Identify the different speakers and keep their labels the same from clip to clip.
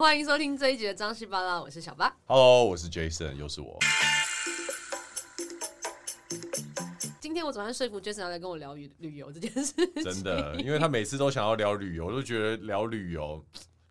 Speaker 1: 欢迎收听这一集的张西巴拉，我是小巴。
Speaker 2: Hello，我是 Jason，又是我。
Speaker 1: 今天我总算说服 Jason 要来跟我聊旅旅游这件事情，
Speaker 2: 真的，因为他每次都想要聊旅游，我都觉得聊旅游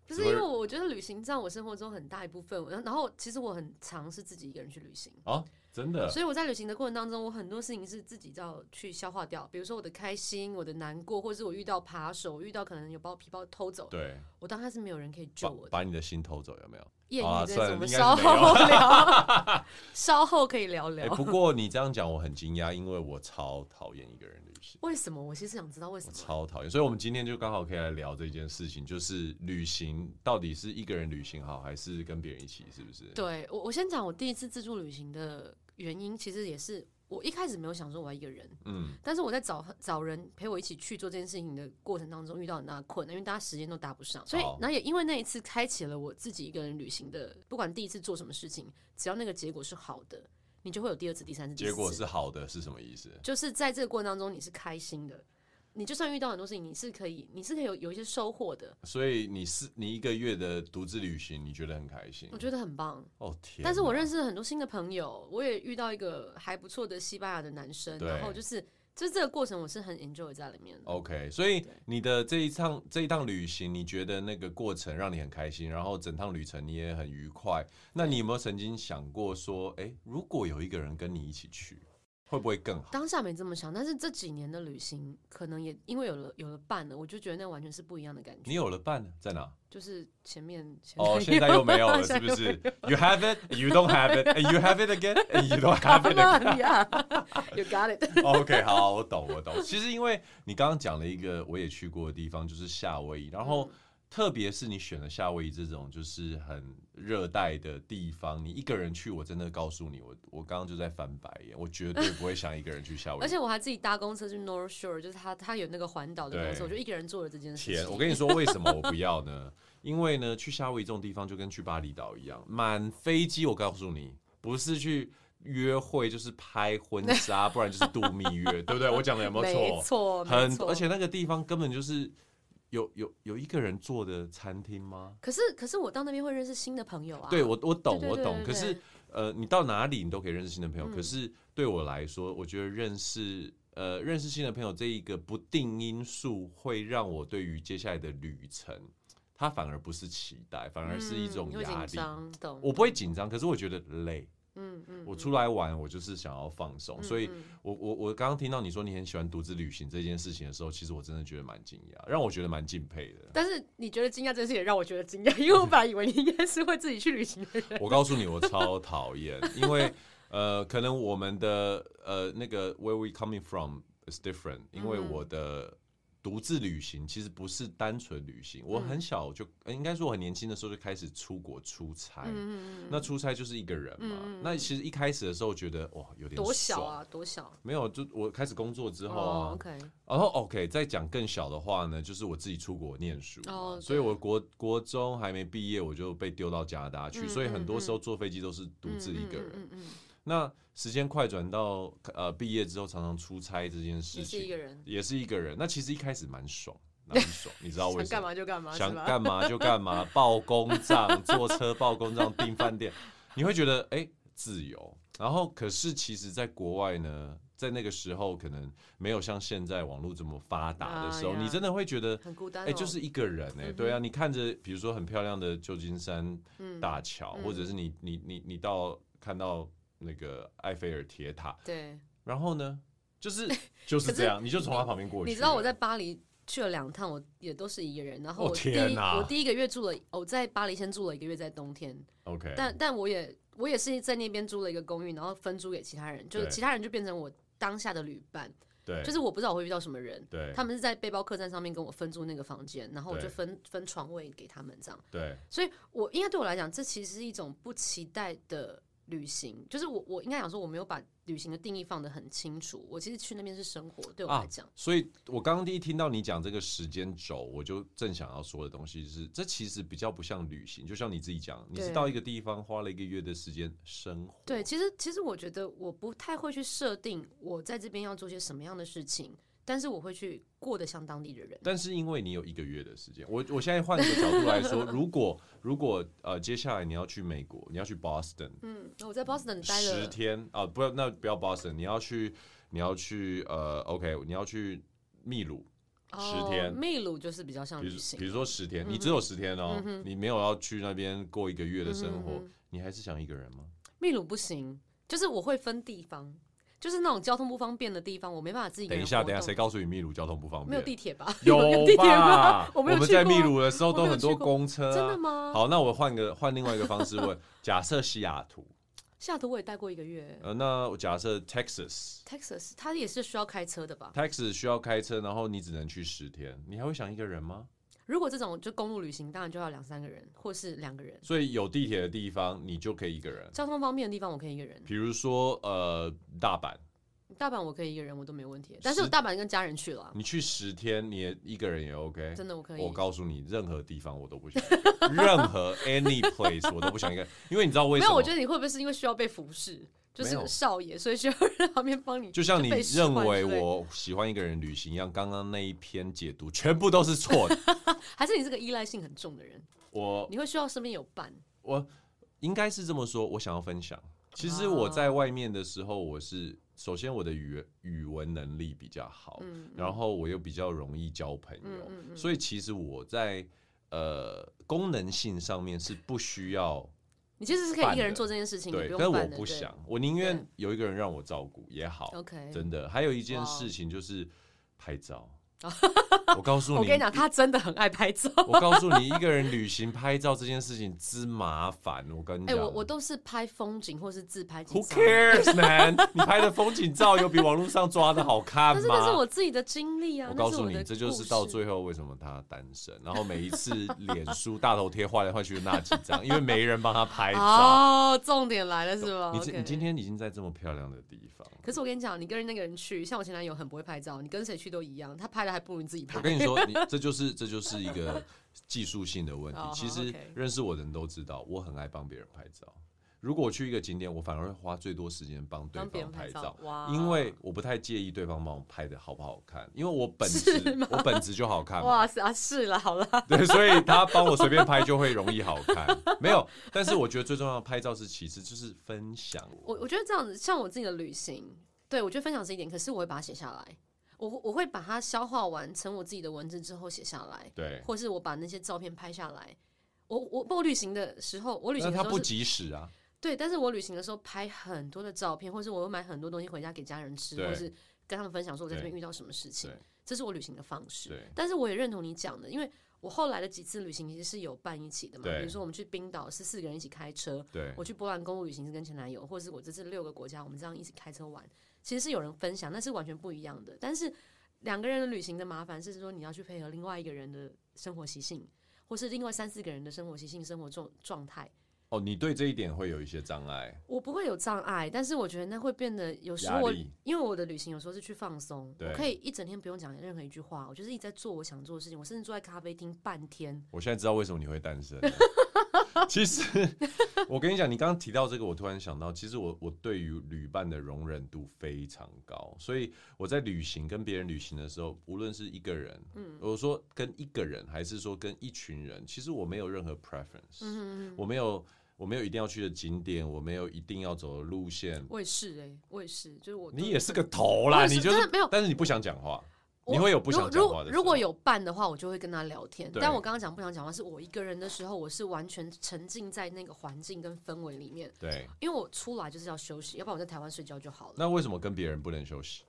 Speaker 1: 不是因为我觉得旅行占我生活中很大一部分，然后其实我很常是自己一个人去旅行，
Speaker 2: 啊，真的
Speaker 1: 所以我在旅行的过程当中，我很多事情是自己要去消化掉，比如说我的开心、我的难过，或是我遇到扒手、遇到可能有把我皮包偷走，
Speaker 2: 对，
Speaker 1: 我当下是没有人可以救
Speaker 2: 把
Speaker 1: 我的。
Speaker 2: 把你的心偷走有没有？
Speaker 1: 艳
Speaker 2: 好
Speaker 1: 遇
Speaker 2: 啊
Speaker 1: 这件
Speaker 2: 算
Speaker 1: 事我
Speaker 2: 了
Speaker 1: 们
Speaker 2: 应该
Speaker 1: 稍
Speaker 2: 是没有
Speaker 1: 后聊， 稍后可以聊
Speaker 2: 哎、
Speaker 1: 聊。
Speaker 2: 不过你这样讲我很惊讶，因为我超讨厌一个人旅行，
Speaker 1: 为什么？我其实想知道为什
Speaker 2: 我
Speaker 1: 么。
Speaker 2: 超讨厌，所以我们今天就刚好可以来聊这件事情，就是旅行到底是一个人旅行好，还是跟别人一起，是不是？
Speaker 1: 对我，我先讲我第一次自助旅行的原因，其实也是我一开始没有想说我要一个人，
Speaker 2: 嗯，
Speaker 1: 但是我在找找人陪我一起去做这件事情的过程当中遇到很大的困难，因为大家时间都搭不上，所以
Speaker 2: 好
Speaker 1: 然后也因为那一次开启了我自己一个人旅行的，不管第一次做什么事情，只要那个结果是好的，你就会有第二次、第三次、第四
Speaker 2: 结
Speaker 1: 次。
Speaker 2: 果是好的是什么意思？
Speaker 1: 就是在这个过程当中你是开心的，你就算遇到很多事情，你是可以，你是可以有有一些收获的，
Speaker 2: 所以你是你一个月的独自旅行，你觉得很开心
Speaker 1: 我？觉得很棒。
Speaker 2: 哦天哪！
Speaker 1: 但是我认识了很多新的朋友，我也遇到一个还不错的西班牙的男生，
Speaker 2: 对哦
Speaker 1: 然后就是就是这个过程我是很 enjoy 在里面的。
Speaker 2: OK，所以
Speaker 1: 对
Speaker 2: 你的这一趟这一趟旅行，你觉得那个过程让你很开心，然后整趟旅程你也很愉快。那你有没有曾经想过说，哎、如果有一个人跟你一起去，会不会更好？
Speaker 1: 当下没这么想，但是这几年的旅行可能也因为有了有了伴了，我就觉得那完全是不一样的感
Speaker 2: 你
Speaker 1: 觉。
Speaker 2: 有了伴呢在哪？
Speaker 1: 就是前面前面
Speaker 2: 哦，现在又没有了，是
Speaker 1: 现在
Speaker 2: 不
Speaker 1: 又
Speaker 2: 是？You have it, you don't have it, and you have it again, and you don't have it again.
Speaker 1: Come on, yeah, you got it。
Speaker 2: Oh, OK，好，我懂，我懂。其实因为你刚刚讲了一个我也去过的地方，就是夏威夷，然后
Speaker 1: 嗯
Speaker 2: 特别是你选了夏威夷这种就是很热带的地方，你一个人去，我真的告诉你，我我刚刚就在翻白眼，我绝对不会想一个人去夏威
Speaker 1: 而
Speaker 2: 夷。
Speaker 1: 且我还自己搭公车去 North Shore，就是他他有那个环岛的
Speaker 2: 对
Speaker 1: 公车，我就一个人做了这件事
Speaker 2: 天，
Speaker 1: 情。
Speaker 2: 我跟你说为什么我不要呢？因为呢，去夏威夷这种地方就跟去巴厘岛一样，满飞机，我告诉你，不是去。约会就是拍婚纱，不然就是度蜜月，对不对？我讲的有没有
Speaker 1: 没
Speaker 2: 错？
Speaker 1: 错，没
Speaker 2: 很
Speaker 1: 错
Speaker 2: 多，而且那个地方根本就是有有有一个人做的餐厅吗？
Speaker 1: 可是可是我到那边会认识新的朋友啊。
Speaker 2: 对我我懂
Speaker 1: 对对
Speaker 2: 我
Speaker 1: 对
Speaker 2: 懂，
Speaker 1: 对
Speaker 2: 可
Speaker 1: 对
Speaker 2: 是呃，你到哪里你都可以认识新的朋友，
Speaker 1: 嗯
Speaker 2: 可是对我来说，我觉得认识。呃，认识新的朋友这一个不定因素会让我对于接下来的旅程，它反而不是期待，反而是一
Speaker 1: 嗯
Speaker 2: 种
Speaker 1: 你会
Speaker 2: 压
Speaker 1: 紧
Speaker 2: 力。
Speaker 1: 张，懂？
Speaker 2: 我不会紧张，可是我觉得累。
Speaker 1: 嗯嗯，
Speaker 2: 我
Speaker 1: 嗯
Speaker 2: 出来玩，我就是想要放松，所以
Speaker 1: 嗯
Speaker 2: 我我我刚刚听到你说你很喜欢独自旅行这件事情的时候，其实我真的觉得蛮惊讶，让我觉得蛮敬佩的。
Speaker 1: 但是你觉得惊讶这件事也让我觉得惊讶，因为我本来以为你应该是会自己去旅行的人。
Speaker 2: 我告诉你，我超讨厌，因为呃，可能我们的呃那个 where we coming from is different，因
Speaker 1: 嗯
Speaker 2: 为我的独自旅行其实不是单纯旅行，
Speaker 1: 嗯
Speaker 2: 我很小就、呃应该说我很年轻的时候就开始出国出差，
Speaker 1: 嗯
Speaker 2: 那出差就是一个人嘛，
Speaker 1: 嗯嗯嗯
Speaker 2: 那其实一开始的时候觉得哇有点
Speaker 1: 多小
Speaker 2: 爽，
Speaker 1: 啊，多小。哦
Speaker 2: 没有就我开始工作之后啊。
Speaker 1: o k
Speaker 2: 然后 OK，再讲更小的话呢，就是我自己出国念书嘛
Speaker 1: 哦对
Speaker 2: 啊所以我国国中还没毕业，我就被丢到加拿大去，
Speaker 1: 嗯
Speaker 2: 所以很
Speaker 1: 嗯
Speaker 2: 多
Speaker 1: 嗯
Speaker 2: 时候坐飞机都是独自一个人。
Speaker 1: 嗯嗯嗯嗯
Speaker 2: 那时间快转到呃毕业之后，常常出差这件事
Speaker 1: 你是一
Speaker 2: 情，
Speaker 1: 个人，
Speaker 2: 也是一个人。那其实一开始蛮爽，蛮爽，你知道
Speaker 1: 想
Speaker 2: 为什
Speaker 1: 干
Speaker 2: 么？
Speaker 1: 嘛就干嘛，
Speaker 2: 想
Speaker 1: 啊是吧？
Speaker 2: 干嘛就干嘛，报公账，坐车报公账，订饭店，你会觉得哎、自由。然后可是其实，在国外呢，在那个时候可能没有像现在网络这么发达的时候，
Speaker 1: 啊呀
Speaker 2: 你真的会觉得。
Speaker 1: 很孤单、
Speaker 2: 哎、
Speaker 1: 哦
Speaker 2: 就是一个人哎、
Speaker 1: 嗯哼
Speaker 2: 对啊，你看着比如说很漂亮的旧金山
Speaker 1: 嗯
Speaker 2: 大桥，
Speaker 1: 嗯
Speaker 2: 或者是你你你你到看到那个埃菲尔铁塔，
Speaker 1: 对。
Speaker 2: 然后呢，就是 就是
Speaker 1: 可是
Speaker 2: 这样，你就从他旁边过去了。
Speaker 1: 你知道我在巴黎去了两趟，我也都是一个人。然后
Speaker 2: 哦
Speaker 1: 我第一、
Speaker 2: 天哪
Speaker 1: 我第一个月住了，我在巴黎先住了一个月，在冬天。
Speaker 2: OK，
Speaker 1: 但但我也我也是在那边租了一个公寓，然后分租给其他人，就是
Speaker 2: 对
Speaker 1: 其他人就变成我当下的旅伴，
Speaker 2: 对
Speaker 1: 就是我不知道我会遇到什么人。
Speaker 2: 对
Speaker 1: 他们是在背包客栈上面跟我分租那个房间，然后我就
Speaker 2: 对
Speaker 1: 分分床位给他们这样，
Speaker 2: 对
Speaker 1: 所以我应该对我来讲，这其实是一种不期待的旅行，就是我我应该讲说我没有把旅行的定义放得很清楚，我其实去那边是生活，对我
Speaker 2: 啊
Speaker 1: 来讲，
Speaker 2: 所以我刚刚第一听到你讲这个时间轴，我就正想要说的东西是，这其实比较不像旅行，就像你自己讲，你是
Speaker 1: 对
Speaker 2: 到一个地方花了一个月的时间生活，
Speaker 1: 对，，其实其实我觉得我不太会去设定我在这边要做些什么样的事情，但是我会去过得像当地的人。
Speaker 2: 但是因为你有一个月的时间，我我现在换个角度来说，如果如果呃接下来你要去美国，你要去 Boston
Speaker 1: 嗯，我在 Boston 待
Speaker 2: 十
Speaker 1: 了，
Speaker 2: 天啊、不要那不要 Boston，你要去你要去呃 OK，你要去秘鲁，
Speaker 1: 哦
Speaker 2: 十天
Speaker 1: 秘鲁就是比较像
Speaker 2: 比
Speaker 1: 旅
Speaker 2: 如比
Speaker 1: 行，嗯
Speaker 2: 如说十天，你只有十天哦，你没有要去那边过一个月的生
Speaker 1: 嗯
Speaker 2: 活，你还是想一个人吗？
Speaker 1: 秘鲁不行，就是我会分地方，就是那种交通不方便的地方，我没办法自己个
Speaker 2: 等
Speaker 1: 人
Speaker 2: 一下，
Speaker 1: 活
Speaker 2: 等一下，
Speaker 1: 动
Speaker 2: 谁告诉你啊秘鲁交通不方
Speaker 1: 没有
Speaker 2: 便？
Speaker 1: 地铁吧？有 地
Speaker 2: 有
Speaker 1: 铁吗
Speaker 2: 吧？？
Speaker 1: 我没有
Speaker 2: 们
Speaker 1: 去
Speaker 2: 在
Speaker 1: 过
Speaker 2: 秘鲁的时候
Speaker 1: 我没
Speaker 2: 都
Speaker 1: 有
Speaker 2: 很多
Speaker 1: 去过
Speaker 2: 公 车
Speaker 1: 真的
Speaker 2: 啊。
Speaker 1: 吗？
Speaker 2: 好，那我换个换另外一个方式问：假设西雅图，
Speaker 1: 西雅图我也待过一个月
Speaker 2: 呃，那我假设 Texas，Texas
Speaker 1: ，Texas 它也是需要开车的吧？
Speaker 2: 需要开车，然后你只能去十天，你还会想一个人吗？
Speaker 1: 如果这种就公路旅行，当然就要两三个人或是两个人。
Speaker 2: 所以有地铁的地方，你就可以一个人。
Speaker 1: 交通方便的地方我可以一个人，
Speaker 2: 比如说，呃，大阪，
Speaker 1: 大阪我可以一个人，我都没问题。但是我大阪跟家人去了啊，
Speaker 2: 你去十天，你也一个人也 OK。
Speaker 1: 真的我可以。
Speaker 2: 嗯我告诉你，任何地方我都不想， 任何 any place 我都不想一个人，因为你知道
Speaker 1: 没
Speaker 2: 为什
Speaker 1: 有，
Speaker 2: 么
Speaker 1: 我觉？得你会不会是因为需要被服侍，就
Speaker 2: 没
Speaker 1: 是
Speaker 2: 有
Speaker 1: 少爷，所以需要人在旁边帮你，
Speaker 2: 就像你
Speaker 1: 被使
Speaker 2: 认
Speaker 1: 唤
Speaker 2: 为
Speaker 1: 之类的
Speaker 2: 我喜欢一个人旅行一样，刚刚那一篇解读全部都是错的。
Speaker 1: 还是你是个依赖性很重的人，
Speaker 2: 我
Speaker 1: 你会需要身边有伴。
Speaker 2: 我应该是这么说，我想要分享。其实我
Speaker 1: 啊
Speaker 2: 在外面的时候，我是首先我的语言语文能力比较好，
Speaker 1: 嗯，
Speaker 2: 然后我又比较容易交朋
Speaker 1: 嗯
Speaker 2: 友，
Speaker 1: 嗯嗯，
Speaker 2: 所以其实我在呃功能性上面是不需要
Speaker 1: 你其实是可以一个人做这件事情，你
Speaker 2: 对，
Speaker 1: 不
Speaker 2: 但是
Speaker 1: 用
Speaker 2: 我
Speaker 1: 伴的。
Speaker 2: 不
Speaker 1: 对
Speaker 2: 想，我宁愿
Speaker 1: 对
Speaker 2: 有一个人让我照顾也好，
Speaker 1: OK，
Speaker 2: 真的。还有一件
Speaker 1: 哇哦
Speaker 2: 事情就是拍照，我告 诉
Speaker 1: 我
Speaker 2: 你
Speaker 1: 跟你，讲，他真的很爱拍照。
Speaker 2: 我告诉你，一个人旅行拍照这件事情之麻烦，我跟你
Speaker 1: 哎、
Speaker 2: 讲。
Speaker 1: 我我都是拍风景或是自拍几
Speaker 2: Who
Speaker 1: 张。
Speaker 2: cares, man？你拍的风景照有比网络上抓的好看
Speaker 1: 但是
Speaker 2: 吗？
Speaker 1: 那是我自己的经历啊！
Speaker 2: 我
Speaker 1: 那
Speaker 2: 告
Speaker 1: 是
Speaker 2: 诉
Speaker 1: 的
Speaker 2: 你，这就
Speaker 1: 故
Speaker 2: 是到
Speaker 1: 事
Speaker 2: 最后为什么他单身。然后每一次脸书大头贴换来换去就那几张，因为没人帮他拍照。
Speaker 1: 哦，重点来了是吗？
Speaker 2: 你今
Speaker 1: OK
Speaker 2: 你今，天已经在这么漂亮的地方，
Speaker 1: 可是我跟你讲，你跟那个人去，像我前男友很不会拍照，你跟谁去都一样，他拍的还不如你自己拍。
Speaker 2: 我跟你 说，你这就是这就是一个技术性的问题
Speaker 1: 哦。
Speaker 2: 其
Speaker 1: 好
Speaker 2: 实
Speaker 1: ，OK
Speaker 2: 认识我的人都知道，我很爱帮别人拍照。如果我去一个景点，我反而会花最多时间帮对
Speaker 1: 帮别
Speaker 2: 方
Speaker 1: 人拍
Speaker 2: 拍照，
Speaker 1: 哇！
Speaker 2: 因为我不太介意对方帮我拍的好不好看，因为我本
Speaker 1: 是
Speaker 2: 质
Speaker 1: 吗
Speaker 2: 我本质就好看嘛，
Speaker 1: 哇是啊是了，好了，
Speaker 2: 对，所以他帮我随便拍就会容易好看。没有，但是我觉得最重要的拍照是其次就是分享。
Speaker 1: 我我觉得这样子，像我自己的旅行，对我觉得分享是一点，可是我会把它写下来，我我会把它消化完成我自己的文字之后写下来，
Speaker 2: 对，
Speaker 1: 或是我把那些照片拍下来。我我我旅行的时候，我旅行
Speaker 2: 但
Speaker 1: 的
Speaker 2: 他
Speaker 1: 时候
Speaker 2: 不
Speaker 1: 是
Speaker 2: 及时啊，
Speaker 1: 对，但是我旅行的时候拍很多的照片，或是我会买很多东西回家给家人吃，
Speaker 2: 对
Speaker 1: 或是跟他们分享说我在这
Speaker 2: 对
Speaker 1: 边遇到什么事情
Speaker 2: 对，
Speaker 1: 这是我旅行的方式
Speaker 2: 对。
Speaker 1: 但是我也认同你讲的，因为我后来的几次旅行其实是有伴一起的嘛，
Speaker 2: 对
Speaker 1: 比如说我们去冰岛是四个人一起开车，
Speaker 2: 对
Speaker 1: 我去波兰公路旅行是跟前男友，或者是我这次六个国家我们这样一起开车玩，其实是有人分享，那是完全不一样的。但是两个人的旅行的麻烦是说你要去配合另外一个人的生活习性，或是另外三四个人的生活习性、生活状状态。
Speaker 2: 哦，你对这一点会有一些障碍
Speaker 1: 我不会有障碍，但是我觉得那会变得有时候
Speaker 2: 压
Speaker 1: 我，
Speaker 2: 力，
Speaker 1: 因为我的旅行有时候是去放松，
Speaker 2: 对
Speaker 1: 我可以一整天不用讲任何一句话，我就是一直在做我想做的事情，我甚至坐在咖啡厅半天。
Speaker 2: 我现在知道为什么你会单身了。 其实，我跟你讲，你刚刚提到这个，我突然想到，其实我我对于旅伴的容忍度非常高，所以我在旅行跟别人旅行的时候，无论是一个人，嗯，我说跟一个人，还是说跟一群人，其实我没有任何 preference，、
Speaker 1: 嗯，
Speaker 2: 我没有我没有一定要去的景点，我没有一定要走的路线。
Speaker 1: 我也是哎、我也是，就是我
Speaker 2: 你也是个头啦，
Speaker 1: 我是
Speaker 2: 你就
Speaker 1: 真
Speaker 2: 是
Speaker 1: 的没有
Speaker 2: 但是你不想讲话，
Speaker 1: 我
Speaker 2: 你会有不想讲
Speaker 1: 如
Speaker 2: 话
Speaker 1: 如
Speaker 2: 的时候
Speaker 1: 如果有伴的话，我就会跟他聊天。
Speaker 2: 对
Speaker 1: 但我刚刚讲不想讲话，是我一个人的时候，我是完全沉浸在那个环境跟氛围里面，
Speaker 2: 对。
Speaker 1: 因为我出来就是要休息，要不然我在台湾睡觉就好了。
Speaker 2: 那为什么跟别人不能休息？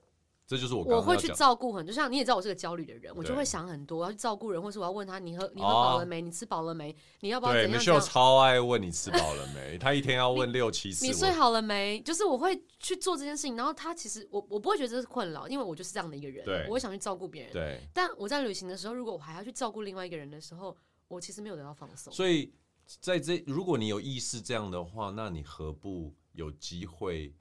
Speaker 2: 这就是我刚
Speaker 1: 我
Speaker 2: 刚
Speaker 1: 会
Speaker 2: 要
Speaker 1: 去
Speaker 2: 讲。
Speaker 1: 照顾很，就像你也知道我是个焦虑的人，我就
Speaker 2: 对
Speaker 1: 会想很多，我要去照顾人，或是我要问他你喝你喝
Speaker 2: 哦
Speaker 1: 饱了没，你吃饱了没，你要不要
Speaker 2: 对
Speaker 1: 怎样怎
Speaker 2: ，Michelle
Speaker 1: 样，
Speaker 2: 超爱问你吃饱了 没，他一天要问六七次。
Speaker 1: 你睡好了没，就是我会去做这件事情。然后他其实我我不会觉得这是困扰，因为我就是这样的一个人
Speaker 2: 对，
Speaker 1: 我会想去照顾别人。
Speaker 2: 对，
Speaker 1: 但我在旅行的时候，如果我还要去照顾另外一个人的时候，我其实没有得到放松。
Speaker 2: 所以在这，如果你有意识这样的话，那你何不有机会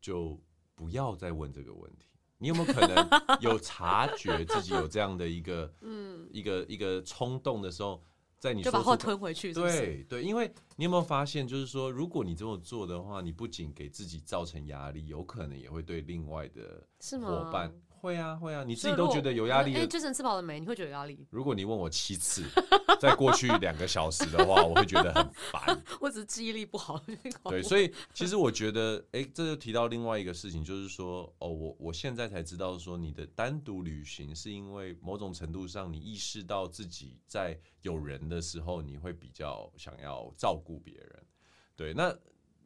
Speaker 2: 就不要再问这个问题？你有没有可能有察觉自己有这样的一个嗯一个一个冲动的时候，在你
Speaker 1: 就
Speaker 2: 说
Speaker 1: 把
Speaker 2: 出
Speaker 1: 话吞回去，是不是？
Speaker 2: 对对，因为你有没有发现，就是说，如果你这么做的话，你不仅给自己造成压力，有可能也会对另外的
Speaker 1: 是吗？
Speaker 2: 伙伴会啊会啊，你自
Speaker 1: 所以
Speaker 2: 己
Speaker 1: 如
Speaker 2: 都
Speaker 1: 果
Speaker 2: 觉得有压
Speaker 1: 我
Speaker 2: 力
Speaker 1: 哎、
Speaker 2: 了。
Speaker 1: 这层吃饱了没？你会觉得有压力？
Speaker 2: 如果你问我七次，在过去两个小时的话，我会觉得很烦。
Speaker 1: 我只是记忆力不好。
Speaker 2: 对，所以其实我觉得，哎、这就提到另外一个事情，就是说，哦，我我现在才知道，说你的单独旅行是因为某种程度上，你意识到自己在有人的时候，你会比较想要照顾别人。对，那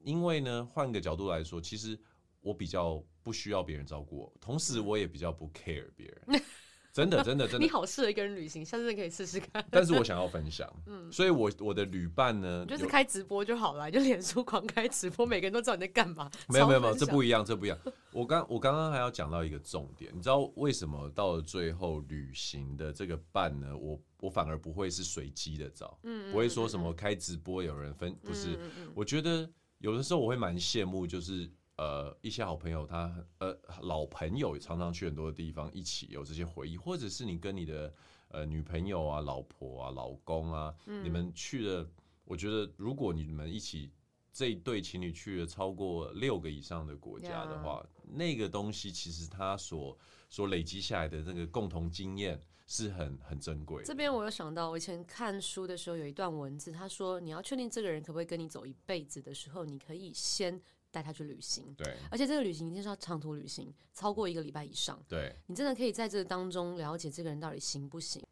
Speaker 2: 因为呢，换个角度来说，其实我比较不需要别人照顾我，同时我也比较不 care 别 人。真的，真的，真的
Speaker 1: 你，好适合一个人旅行，下次可以试试 看。
Speaker 2: 但是我想要分享，所以我我的旅伴
Speaker 1: 嗯
Speaker 2: 呢，
Speaker 1: 你就是
Speaker 2: 有
Speaker 1: 开直播就好了，你就脸书狂开直播，每个人都知道你在干嘛。
Speaker 2: 没有没有没有，
Speaker 1: 超分
Speaker 2: 这
Speaker 1: 享
Speaker 2: 不一样，这不一样。 我刚我刚刚还要讲到一个重点，你知道为什么到了最后旅行的这个伴呢？我我反而不会是随机的找，
Speaker 1: 嗯嗯
Speaker 2: 不会说什么开直播有人分，不是。
Speaker 1: 嗯嗯
Speaker 2: 我觉得有的时候我会蛮羡慕，就是呃一些好朋友他呃老朋友常常去很多的地方一起有这些回忆，或者是你跟你的呃女朋友啊、老婆啊、老公啊，
Speaker 1: 嗯
Speaker 2: 你们去了，我觉得如果你们一起这一对情侣去了超过六个以上的国家的话那个东西其实它所所累积下来的那个共同经验是很很珍贵的。
Speaker 1: 这边我有想到，我以前看书的时候有一段文字，他说你要确定这个人可不可以跟你走一辈子的时候，你可以先带他去旅行，
Speaker 2: 对
Speaker 1: 而且这个旅行一定是要长途旅行，超过一个礼拜以上。
Speaker 2: 对
Speaker 1: 你真的可以在这当中了解这个人到底行不行。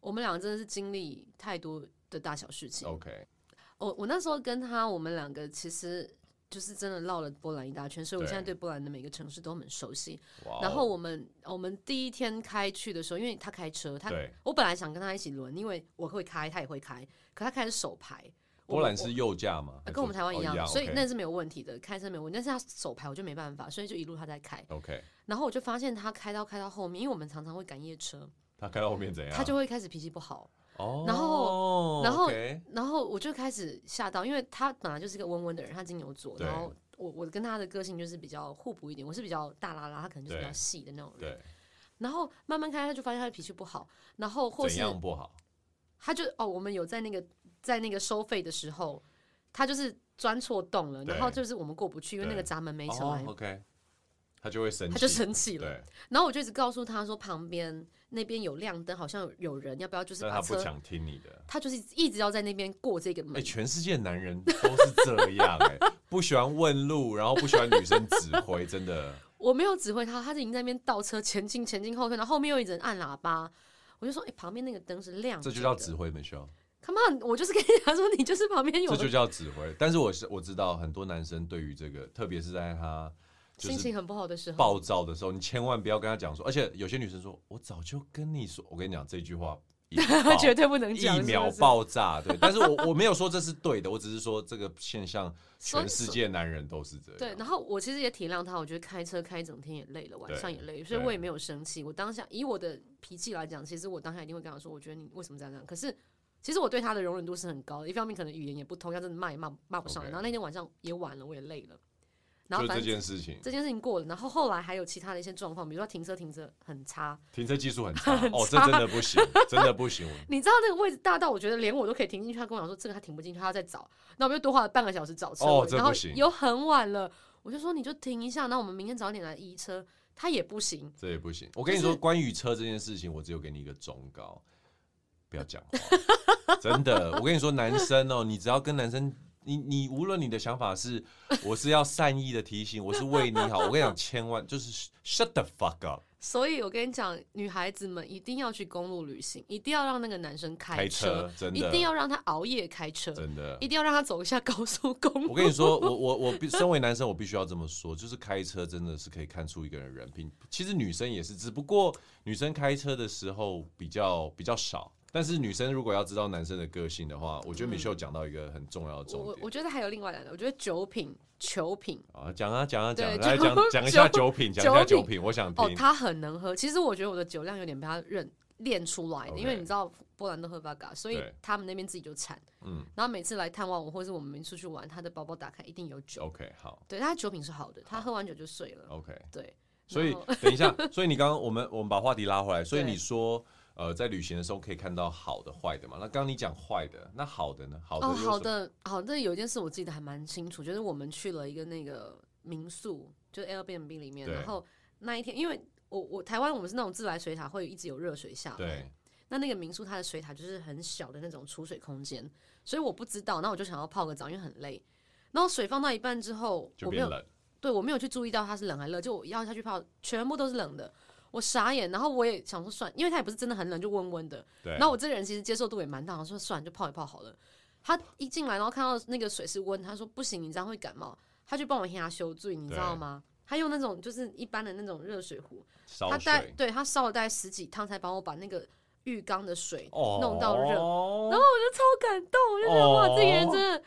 Speaker 1: 我们两个真的是经历太多的大小事情。
Speaker 2: ，OK，
Speaker 1: 我我那时候跟他，我们两个其实就是真的绕了波兰一大圈，所以我
Speaker 2: 对
Speaker 1: 现在对波兰的每个城市都很熟悉。
Speaker 2: 哇哦、
Speaker 1: 然后我们我们第一天开去的时候，因为他开车，他
Speaker 2: 对
Speaker 1: 我本来想跟他一起轮，因为我会开，他也会开，可他开的是手排。
Speaker 2: 波兰
Speaker 1: 我
Speaker 2: 是右驾吗？
Speaker 1: 呃跟我们台湾
Speaker 2: 还
Speaker 1: 一
Speaker 2: 是
Speaker 1: 样，
Speaker 2: 哦
Speaker 1: 所以
Speaker 2: OK
Speaker 1: 那是没有问题的，开车没有问题。但是他手排我就没办法，所以就一路他在开。
Speaker 2: OK，
Speaker 1: 然后我就发现他开到开到后面，因为我们常常会赶夜车，
Speaker 2: 他开到后面怎样？
Speaker 1: 他就会开始脾气不好。
Speaker 2: 哦，
Speaker 1: 然后然后
Speaker 2: OK
Speaker 1: 然后我就开始吓到，因为他本来就是一个温温的人，他金牛座，
Speaker 2: 对
Speaker 1: 然后我我跟他的个性就是比较互补一点，我是比较大拉拉，他可能就是比
Speaker 2: 对
Speaker 1: 较细的那种人。
Speaker 2: 对
Speaker 1: 然后慢慢开，他就发现他的脾气不好，然后或
Speaker 2: 怎
Speaker 1: 是
Speaker 2: 样不好？
Speaker 1: 他就哦，我们有在那个在那个收费的时候，他就是钻错洞了，
Speaker 2: 对
Speaker 1: 然后就是我们过不去，因为那个闸门没起
Speaker 2: 哦
Speaker 1: 来，
Speaker 2: ，OK，他就会生气，
Speaker 1: 他就生气了。
Speaker 2: 对，
Speaker 1: 然后我就一直告诉他说，旁边那边有亮灯，好像有有人，要不要就是
Speaker 2: 但
Speaker 1: 把
Speaker 2: 他不
Speaker 1: 车？嗯
Speaker 2: 想听你的。
Speaker 1: 他就是一直要在那边过这个
Speaker 2: 哎、
Speaker 1: 门，
Speaker 2: 全世界男人都是这样哎、不喜欢问路，然后不喜欢女生指挥，真的。
Speaker 1: 我没有指挥他，他就已经在那边倒车前进、前进、后退，然后后面又一直按喇叭。我就说，哎、旁边那个灯是亮着
Speaker 2: 这
Speaker 1: 的，
Speaker 2: 就叫指挥，Michelle，
Speaker 1: Come on，我就是跟你讲说，你就是旁边有
Speaker 2: 这就叫指挥。但是我是我知道很多男生对于这个，特别是在他就
Speaker 1: 心
Speaker 2: 是
Speaker 1: 情很不好的时候，
Speaker 2: 暴躁的时候，你千万不要跟他讲说，而且有些女生说，我早就跟你说，我跟你讲这句话 一 爆，
Speaker 1: 绝对不能讲
Speaker 2: 一秒
Speaker 1: 是不是
Speaker 2: 爆炸，对。但是我我没有说这是对的，我只是说这个现象，
Speaker 1: 所以
Speaker 2: 全世界男人都是这样。
Speaker 1: 对，然后我其实也体谅他，我觉得开车开一整天也累了，晚上也累，所以
Speaker 2: 对
Speaker 1: 我也没有生气。我当下以我的脾气来讲，其实我当下一定会跟他说，我觉得你为什么这样这样。可是其实我对他的容忍度是很高的，一方面可能语言也不通，要真的骂也骂骂不上来。
Speaker 2: OK
Speaker 1: 然后那天晚上也晚了，我也累了，然后
Speaker 2: 就是
Speaker 1: 反
Speaker 2: 这
Speaker 1: 正
Speaker 2: 件事情，
Speaker 1: 这件事情过了，然后后来还有其他的一些状况，比如说停车停车很差，
Speaker 2: 停车技术很差，哦，这真的不 行，真的不行。
Speaker 1: 你知道那个位置大到我觉得连我都可以停进去，他跟我讲说这个他停不进去，他要再找，那我们就多花了半个小时找车位，
Speaker 2: 哦这
Speaker 1: 然后
Speaker 2: 不行
Speaker 1: 又很晚了，我就说你就停一下，那我们明天早点来移车，他也不行，
Speaker 2: 这也不行。我跟你说，
Speaker 1: 就是
Speaker 2: 关于车这件事情，我只有给你一个忠告，不要讲话。 真的，我跟你说，男生哦，你只要跟男生，你你无论你的想法是，我是要善意的提醒，我是为你好。我跟你讲，千万就是 shut the fuck up，
Speaker 1: 所以我跟你讲，女孩子们一定要去公路旅行，一定要让那个男生开
Speaker 2: 开车真
Speaker 1: 一
Speaker 2: 的
Speaker 1: 定要让他熬夜开车，
Speaker 2: 真的
Speaker 1: 一。定要让他走一下高速公路。
Speaker 2: 我跟你说，我我我必身为男生，我必须要这么说，就是开车真的是可以看出一个人人品。其实女生也是，只不过女生开车的时候比较比较少。但是女生如果要知道男生的个性的话，我觉得米秀讲到一个很重要的
Speaker 1: 我
Speaker 2: 重
Speaker 1: 我
Speaker 2: 点。
Speaker 1: 嗯我觉得还有另外两个，我觉得酒品、球品，
Speaker 2: 啊，讲啊讲啊讲，
Speaker 1: 对
Speaker 2: 来
Speaker 1: 酒
Speaker 2: 讲讲一下
Speaker 1: 酒
Speaker 2: 酒品，讲一下
Speaker 1: 酒
Speaker 2: 酒品，我想
Speaker 1: 哦，
Speaker 2: 听。
Speaker 1: 他很能喝。其实我觉得我的酒量有点被他认练出来的，
Speaker 2: OK
Speaker 1: 因为你知道波兰都喝 v 嘎，所以
Speaker 2: 对
Speaker 1: 他们那边自己就产。
Speaker 2: 嗯
Speaker 1: 然后每次来探望我，或是我们出去玩，他的包包打开一定有酒。
Speaker 2: ，OK，好
Speaker 1: 对，他的酒品是好的，他喝完酒就睡了。
Speaker 2: ，OK。
Speaker 1: 对，
Speaker 2: 所以
Speaker 1: 然后
Speaker 2: 等一下，所以你刚刚我们我们把话题拉回来，所以
Speaker 1: 哦对
Speaker 2: 你说呃，在旅行的时候可以看到好的坏的嘛？那刚刚你讲坏的，那好的呢？好的
Speaker 1: 哦，
Speaker 2: 有什
Speaker 1: 好
Speaker 2: 么
Speaker 1: 的，好的，有一件事我记得还蛮清楚，就是我们去了一个那个民宿，就是 Airbnb 里面，
Speaker 2: 对
Speaker 1: 然后那一天因为。我我台湾我们是那种自来水塔会一直有热水下来，
Speaker 2: 对，
Speaker 1: 那那个民宿它的水塔就是很小的那种储水空间，所以我不知道，那我就想要泡个澡，因为很累。然后水放到一半之后，
Speaker 2: 就
Speaker 1: 我没有
Speaker 2: 变冷。
Speaker 1: 对我没有去注意到它是冷还热，就我要下去泡，全部都是冷的，我傻眼。然后我也想说算，因为它也不是真的很冷，就温温的。
Speaker 2: 对
Speaker 1: 然，后我这个人其实接受度也蛮大，我说算就泡一泡好了。他一进来，然后看到那个水是温，他说不行，你这样会感冒。他就帮我压修醉，你知道
Speaker 2: 对
Speaker 1: 吗？他用那种就是一般的那种热水壶，他
Speaker 2: 烧
Speaker 1: 大
Speaker 2: 水
Speaker 1: 对他烧了大概十几趟才帮我把那个浴缸的水
Speaker 2: 哦，
Speaker 1: 弄到热，然后我
Speaker 2: 后
Speaker 1: 就超感动，我就觉得哇，
Speaker 2: 哦
Speaker 1: 这个人真的，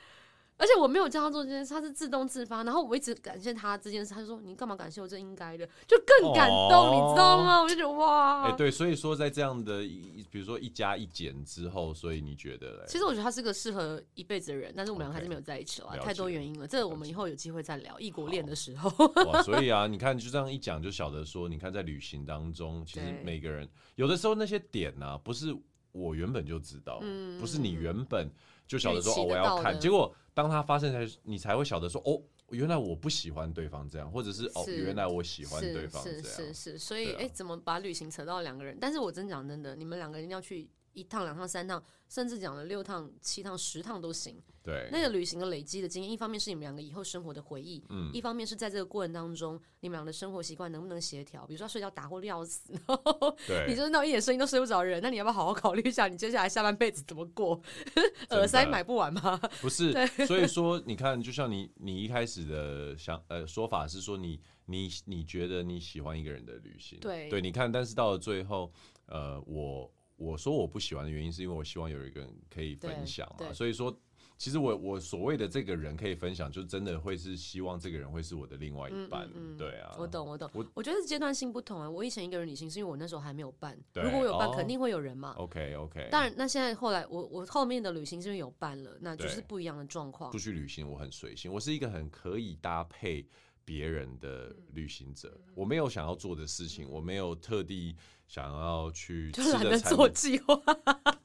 Speaker 1: 而且我没有叫他做这件事，他是自动自发。然后我一直感谢他这件事，他就说你干嘛感谢我，这应该的，就更感动，
Speaker 2: 哦
Speaker 1: 你知道吗？我就觉得哇，
Speaker 2: 哎、对，所以说在这样的一，比如说一加一减之后，所以你觉得嘞？
Speaker 1: 其实我觉得他是个适合一辈子的人，但是我们两个还是没有在一起了啊
Speaker 2: 了解
Speaker 1: 太多原因了。这个我们以后有机会再聊异国恋的时候。
Speaker 2: 哇，所以啊，你看就这样一讲就晓得说，你看在旅行当中，其实
Speaker 1: 对
Speaker 2: 每个人有的时候那些点呢、不是我原本就知道，
Speaker 1: 嗯
Speaker 2: 不是你原本就晓得说
Speaker 1: 预期得
Speaker 2: 哦我
Speaker 1: 到
Speaker 2: 要
Speaker 1: 的
Speaker 2: 看，结果当它发生才你才会晓得说哦，原来我不喜欢对方这样，或者是哦
Speaker 1: 是
Speaker 2: 原来我喜欢对
Speaker 1: 是
Speaker 2: 方
Speaker 1: 是
Speaker 2: 这
Speaker 1: 是
Speaker 2: 样。
Speaker 1: 是，所以
Speaker 2: 对啊
Speaker 1: 哎、怎么把旅行扯到两个人？但是我真讲真的，你们两个人要去一趟、两趟、三趟，甚至讲了六趟、七趟、十趟都行。
Speaker 2: 对，
Speaker 1: 那个旅行的累积的经验，一方面是你们两个以后生活的回忆，
Speaker 2: 嗯
Speaker 1: 一方面是在这个过程当中，你们俩的生活习惯能不能协调？比如说他睡觉打呼撂死，然后 你
Speaker 2: 对，
Speaker 1: 就是那种一点声音都睡不着的人，那你要不要好好考虑一下，你接下来下半辈子怎么过？ 耳塞买不完 吗？
Speaker 2: 不是，所以说你看，就像你你一开始的想呃说法是说你你你觉得你喜欢一个人的旅行，
Speaker 1: 对
Speaker 2: 对，你看，但是到了最后，呃，我我说我不喜欢的原因是因为我希望有一个人可以分享
Speaker 1: 对
Speaker 2: 嘛，
Speaker 1: 对
Speaker 2: 所以说。其实我我所谓的这个人可以分享，就真的会是希望这个人会是我的另外一半，
Speaker 1: 嗯嗯嗯
Speaker 2: 对啊，
Speaker 1: 我懂，我懂。
Speaker 2: 我
Speaker 1: 我觉得是阶段性不同啊、我以前一个人旅行是因为我那时候还没有伴，
Speaker 2: 对
Speaker 1: 如果我有伴，
Speaker 2: 哦
Speaker 1: 肯定会有人嘛。
Speaker 2: OK OK，
Speaker 1: 当然，那现在后来我我后面的旅行是因为有伴了，那就是
Speaker 2: 对
Speaker 1: 不一样的状况
Speaker 2: 出。去旅行我很随性，我是一个很可以搭配别人
Speaker 1: 嗯
Speaker 2: 的旅行者，我没有想要做的事情，我没有特地想要去
Speaker 1: 就
Speaker 2: 吃
Speaker 1: 懒
Speaker 2: 的
Speaker 1: 得
Speaker 2: 餐
Speaker 1: 做计划，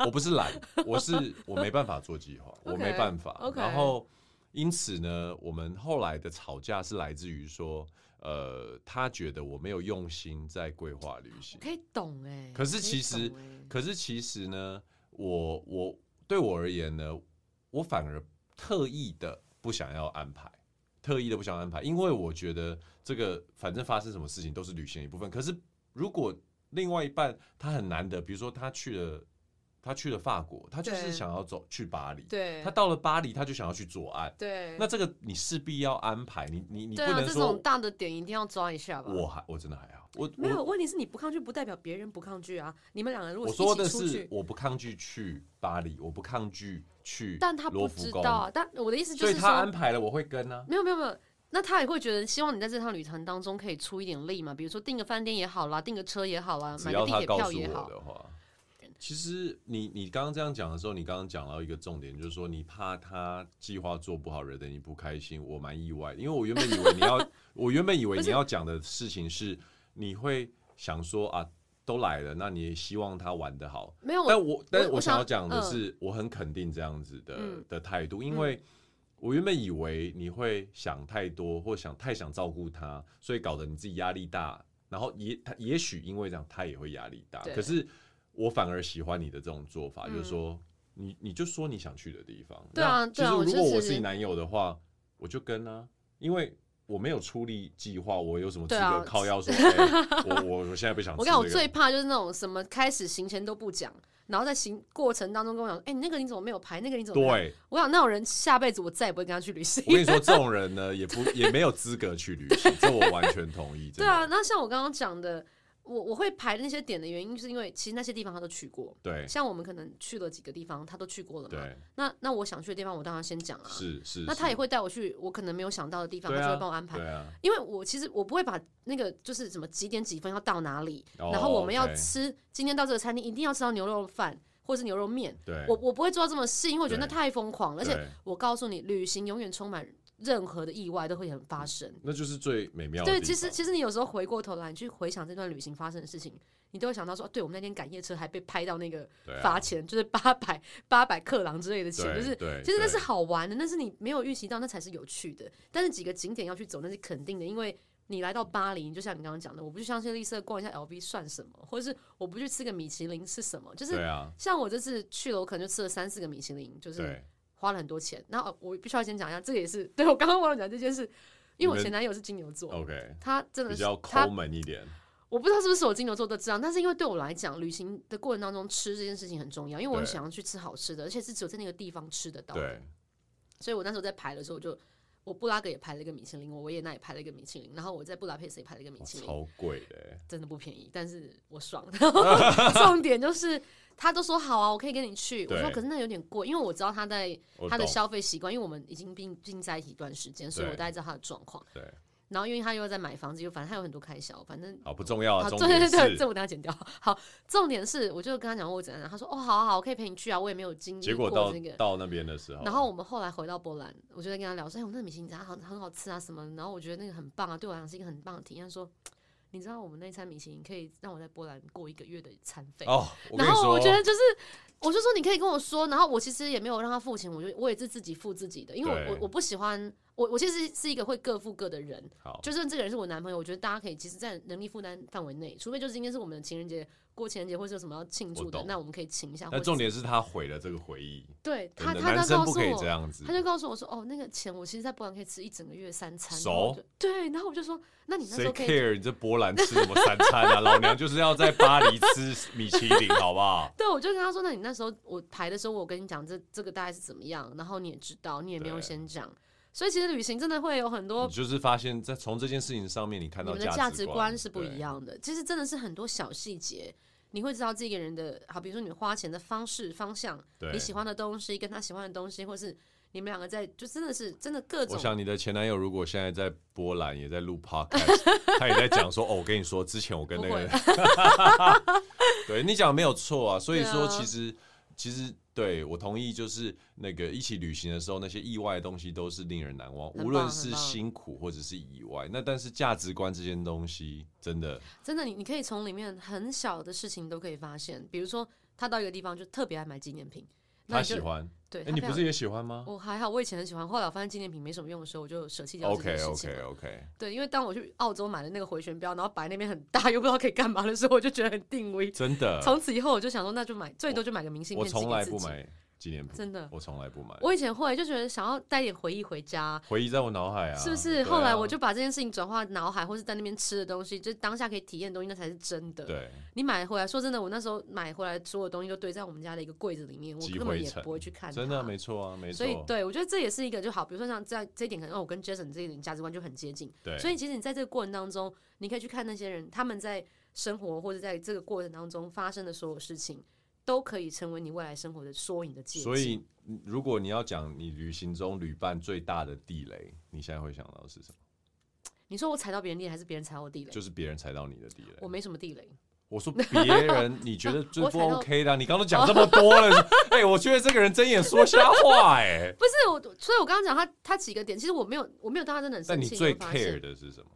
Speaker 2: 我不是懒，我是我没办法做计划，我
Speaker 1: OK，
Speaker 2: 没办法。
Speaker 1: OK
Speaker 2: 然后因此呢，我们后来的吵架是来自于说，呃，他觉得我没有用心在规划旅行
Speaker 1: 我，可以懂哎、
Speaker 2: 可是
Speaker 1: 我以
Speaker 2: 其实
Speaker 1: 懂欸
Speaker 2: 可是其实呢，我我对我而言呢，我反而特意的不想要安排，特意的不想安排，因为我觉得这个反正发生什么事情都是旅行的一部分。可是如果另外一半他很难得，比如说他去了，他去了法国，他就是
Speaker 1: 对
Speaker 2: 想要走去巴黎，
Speaker 1: 对，
Speaker 2: 他到了巴黎他就想要去左岸，
Speaker 1: 对，
Speaker 2: 那这个你势必要安排，你你你不
Speaker 1: 对啊，
Speaker 2: 能
Speaker 1: 这
Speaker 2: 说
Speaker 1: 种大的点一定要抓一下吧。
Speaker 2: 我还我真的还好，我
Speaker 1: 没
Speaker 2: 我
Speaker 1: 有问题是你不抗拒，不代表别人不抗拒啊。你们两个人如果
Speaker 2: 我
Speaker 1: 一
Speaker 2: 说
Speaker 1: 起
Speaker 2: 的
Speaker 1: 出
Speaker 2: 是
Speaker 1: 去，，
Speaker 2: 我不抗拒去巴黎，我不抗拒去，
Speaker 1: 但他
Speaker 2: 罗
Speaker 1: 不
Speaker 2: 浮
Speaker 1: 知
Speaker 2: 宫，
Speaker 1: 道啊。但我的意思就
Speaker 2: 所以
Speaker 1: 是
Speaker 2: 他安
Speaker 1: 说，
Speaker 2: 排了，我会跟啊。
Speaker 1: 没有没有没有，那他也会觉得希望你在这趟旅程当中可以出一点力嘛，比如说订个饭店也好啦，订个车也好啦，
Speaker 2: 只
Speaker 1: 嗯买
Speaker 2: 要
Speaker 1: 个地
Speaker 2: 他
Speaker 1: 铁
Speaker 2: 告
Speaker 1: 票
Speaker 2: 诉
Speaker 1: 也
Speaker 2: 我
Speaker 1: 好。
Speaker 2: 的话，其实你你刚刚这样讲的时候，你刚刚讲到一个重点，就是说你怕他计划做不好，惹得你不开心。我蛮意外的，因为我原本以为 你要，我原本以为
Speaker 1: 不
Speaker 2: 你
Speaker 1: 是
Speaker 2: 要讲的事情是，你会想说啊，都来了，那你也希望他玩得好，
Speaker 1: 没有，我
Speaker 2: 但我但
Speaker 1: 我
Speaker 2: 我想
Speaker 1: 想
Speaker 2: 要讲的
Speaker 1: 嗯
Speaker 2: 是，我很肯定这样子的、
Speaker 1: 嗯
Speaker 2: 的态度，因为我原本以为你会想太多，或想太想照顾他，所以搞得你自己压力大，然后也他也许因为这样他也会压力大，
Speaker 1: 对
Speaker 2: 可是我反而喜欢你的这种做法，就是
Speaker 1: 嗯
Speaker 2: 说你你就说你想去的地方，
Speaker 1: 对啊
Speaker 2: 那
Speaker 1: 对啊我
Speaker 2: 就是如
Speaker 1: 就
Speaker 2: 果我
Speaker 1: 是
Speaker 2: 是你男友的话，我就跟啊，因为。我没有出力计划，我有什么资
Speaker 1: 对啊
Speaker 2: 格靠腰说？ 哎我我我现在不想吃
Speaker 1: 我跟你
Speaker 2: 这个。
Speaker 1: 讲，我最怕就是那种什么开始行前都不讲，然后在行过程当中跟我讲，哎、你那个你怎么没有排？那个你怎么没有排？
Speaker 2: 对，
Speaker 1: 我想那种人下辈子我再也不会跟他去旅行
Speaker 2: 我。跟你说，这种人呢，也不也没有资格去旅行，这我完全同意。真
Speaker 1: 对
Speaker 2: 的
Speaker 1: 啊，，那像我刚刚讲的，我我会排那些点的原因，就是因为其实那些地方他都去过，
Speaker 2: 对
Speaker 1: 像我们可能去了几个地方，他都去过了嘛。
Speaker 2: 对，
Speaker 1: 那那我想去的地方，我当然先讲啊。
Speaker 2: 是是。
Speaker 1: 那他
Speaker 2: 是
Speaker 1: 也会带我去我可能没有想到的地方，
Speaker 2: 对
Speaker 1: 他就
Speaker 2: 啊
Speaker 1: 会帮我安排。
Speaker 2: 对啊，
Speaker 1: 因为我其实我不会把那个就是什么几点几分要到哪里，
Speaker 2: 哦
Speaker 1: 然后我们要
Speaker 2: OK
Speaker 1: 吃今天到这个餐厅一定要吃到牛肉饭或是牛肉面，
Speaker 2: 对，
Speaker 1: 我我不会做到这么细，因为我觉得那
Speaker 2: 对
Speaker 1: 太疯狂了。而且
Speaker 2: 对
Speaker 1: 我告诉你，旅行永远充满任何的意外都会很发生。
Speaker 2: 那就是最美妙的地
Speaker 1: 对，
Speaker 2: 方。
Speaker 1: 其实其实你有时候回过头来，你去回想这段旅行发生的事情，你都会想到说，对我们那天赶夜车还被拍到那个
Speaker 2: 对啊
Speaker 1: 罚钱，就是八百八百克朗之类的钱，
Speaker 2: 对
Speaker 1: 就是
Speaker 2: 对，
Speaker 1: 其实那
Speaker 2: 对
Speaker 1: 是好玩的，那是你没有预期到，那才是有趣的。但是几个景点要去走，那是肯定的，因为你来到巴黎，就像你刚刚讲的，我不去香榭丽舍逛一下 LV 算什么？或者是我不去吃个米其林是什么？就是
Speaker 2: 对啊，
Speaker 1: 像我这次去了，我可能就吃了三四个米其林，就是
Speaker 2: 对，
Speaker 1: 花了很多钱。然后呃我必须要先讲一下，这个也是对我刚刚忘了讲这件事，因为
Speaker 2: 你
Speaker 1: 我
Speaker 2: 们
Speaker 1: 前男友是金牛座，
Speaker 2: OK，
Speaker 1: 他真的
Speaker 2: 比
Speaker 1: 是
Speaker 2: 较
Speaker 1: 他
Speaker 2: 抠门一点，
Speaker 1: 我不知道是不是我金牛座都这样，但是因为对我来讲，旅行的过程当中吃这件事情很重要，因为我很
Speaker 2: 对
Speaker 1: 想要去吃好吃的，而且是只有在那个地方吃得到的。
Speaker 2: 对，
Speaker 1: 所以我那时候在排的时候我就。我布拉格也排了一个米其林，我维也纳也排了一个米其林，然后我在布达佩斯也排了一个米
Speaker 2: 哇
Speaker 1: 其林，
Speaker 2: 哦超贵的欸，
Speaker 1: 真的不便宜，但是我爽。 然后重点就是他都说好啊，我可以跟你去。我
Speaker 2: 对
Speaker 1: 说可是那有点贵，因为我知道他在
Speaker 2: 我
Speaker 1: 他的
Speaker 2: 懂
Speaker 1: 消费习惯，因为我们已经并并在一起一段时间，所以
Speaker 2: 对
Speaker 1: 我大概知道他的状况。
Speaker 2: 对，
Speaker 1: 然后因为他又在买房子，又反正他有很多开销，反正
Speaker 2: 好不重要啊，
Speaker 1: 好，
Speaker 2: 重
Speaker 1: 对对
Speaker 2: 点
Speaker 1: 对，
Speaker 2: 是
Speaker 1: 这我等下剪掉。好，重点是，我就跟他讲我怎样，他说哦，好好好，我可以陪你去啊，我也没有经历
Speaker 2: 结果
Speaker 1: 过
Speaker 2: 到
Speaker 1: 这个。
Speaker 2: 到那边的时候，
Speaker 1: 然后我们后来回到波兰，我就在跟他聊说，哎，我那米其林餐很很好吃啊什么的，然后我觉得那个很棒啊，对我来讲是一个很棒的体验。他说，你知道我们那一餐米其林可以让我在波兰过一个月的餐费。
Speaker 2: 哦，我跟
Speaker 1: 然
Speaker 2: 你
Speaker 1: 后
Speaker 2: 说，
Speaker 1: 我觉得就是，我就说你可以跟我说，然后我其实也没有让他付钱，我就我也是自己付自己的，因为我我
Speaker 2: 对
Speaker 1: 我不喜欢我我其实是一个会各付各的人，
Speaker 2: 好，
Speaker 1: 就算这个人是我男朋友，我觉得大家可以其实，在能力负担范围内，除非就是今天是我们的情人节、过情人节或是有什么要庆祝
Speaker 2: 我
Speaker 1: 的，
Speaker 2: 懂
Speaker 1: 那我们可以请一下。
Speaker 2: 但
Speaker 1: 或
Speaker 2: 重
Speaker 1: 者是
Speaker 2: 点是他毁了这个回忆，
Speaker 1: 对
Speaker 2: 真
Speaker 1: 他，
Speaker 2: 的
Speaker 1: 他
Speaker 2: 男
Speaker 1: 他
Speaker 2: 生
Speaker 1: 告
Speaker 2: 不
Speaker 1: 诉
Speaker 2: 可以这
Speaker 1: 我，
Speaker 2: 样子
Speaker 1: 他，就告诉我说，哦，那个钱我其实在波兰可以吃一整个月三餐。
Speaker 2: 熟
Speaker 1: 然后我就对，然后我就说，那你那时
Speaker 2: 谁
Speaker 1: 候可以。
Speaker 2: care 你这波兰吃什么三餐啊？老娘就是要在巴黎吃米其林，好不好？
Speaker 1: 对，我就跟他说，那你那时候我排的时候，我跟你讲这这个大概是怎么样，然后你也知道，你也没有
Speaker 2: 对
Speaker 1: 先讲，所以其实旅行真的会有很多
Speaker 2: 你就是发现，在从这件事情上面，你看
Speaker 1: 你
Speaker 2: 到
Speaker 1: 们的价
Speaker 2: 值
Speaker 1: 值
Speaker 2: 观
Speaker 1: 观是不一。样的。其实真的是很多小细节，你会知道这个人的好，比如说你花钱的方式、方向，
Speaker 2: 对，
Speaker 1: 你
Speaker 2: 对
Speaker 1: 喜欢的东西跟他喜欢的东西，或是你们两个在就真的是真的各
Speaker 2: 我
Speaker 1: 种。
Speaker 2: 想你的前男友如果现在在波兰也在录 podcast，他也在讲说哦，我跟你说，之前我跟那
Speaker 1: 不
Speaker 2: 个
Speaker 1: 会
Speaker 2: 人，对你讲的没有错啊。所以说，
Speaker 1: 对啊
Speaker 2: 其实、其实对我同意，就是那个一起旅行的时候，那些意外的东西都是令人难忘，
Speaker 1: 棒
Speaker 2: 无论是
Speaker 1: 很棒
Speaker 2: 辛苦或者是意外。那但是价值观这件东西，真的
Speaker 1: 真的，你你可以从里面很小的事情都可以发现，比如说他到一个地方就特别爱买纪念品，那
Speaker 2: 他
Speaker 1: 你就
Speaker 2: 喜欢。
Speaker 1: 对，
Speaker 2: 哎、
Speaker 1: 他
Speaker 2: 你
Speaker 1: 非
Speaker 2: 不
Speaker 1: 常
Speaker 2: 是也喜欢吗
Speaker 1: 我哦还好，我以前很喜欢，后来我发现纪念品没什么用的时候，我就舍弃掉这件
Speaker 2: ？OK
Speaker 1: 事情。
Speaker 2: OK OK，
Speaker 1: 对，因为当我去澳洲买了那个回旋镖，然后摆那边很大，又不知道可以干嘛的时候，我就觉得很定位。
Speaker 2: 真的，
Speaker 1: 从此以后，我就想说，那就买，最多就买个明信
Speaker 2: 呃我
Speaker 1: 片寄
Speaker 2: 从来
Speaker 1: 给自
Speaker 2: 不
Speaker 1: 己。
Speaker 2: 买纪念品，
Speaker 1: 真的，
Speaker 2: 我从来不买。
Speaker 1: 我以前会就觉得想要带点回忆回家，
Speaker 2: 回忆在我脑海啊，
Speaker 1: 是不
Speaker 2: 对
Speaker 1: 是？
Speaker 2: 啊
Speaker 1: 后来我就把这件事情转化脑海，或是在那边吃的东西，就当下可以体验的东西，那才是真的。
Speaker 2: 对
Speaker 1: 你买回来，说真的，我那时候买回来所有东西都堆在我们家的一个柜子里面，我
Speaker 2: 积
Speaker 1: 根本
Speaker 2: 灰
Speaker 1: 也
Speaker 2: 尘
Speaker 1: 不会去看它。
Speaker 2: 真的没错啊，没
Speaker 1: 所以
Speaker 2: 错，，
Speaker 1: 对我觉得这也是一个就好，比如说像在这一点，可能哦我跟 Jason 这一点价值观就很接近。
Speaker 2: 对，
Speaker 1: 所以其实你在这个过程当中，你可以去看那些人他们在生活或者在这个过程当中发生的所有事情，都可以成为你未来生活的缩影的借鉴。
Speaker 2: 所以嗯如果你要讲你旅行中旅伴最大的地雷，你现在会想到的是什么？
Speaker 1: 你说我踩到别人地雷，还是别人踩我地雷？
Speaker 2: 就是别人踩到你的地雷。
Speaker 1: 我没什么地雷，
Speaker 2: 我说别人，你觉得最
Speaker 1: 我
Speaker 2: 不
Speaker 1: 踩到哦
Speaker 2: OK 的啊、你刚刚都讲这么多了， 哎、我觉得这个人睁眼说瞎话哎、
Speaker 1: 不是我，所以我刚刚讲他他几个点，其实我没有我没有对他真的很
Speaker 2: 但
Speaker 1: 生
Speaker 2: 你
Speaker 1: 气，
Speaker 2: 最
Speaker 1: 会发现
Speaker 2: care 的是什么？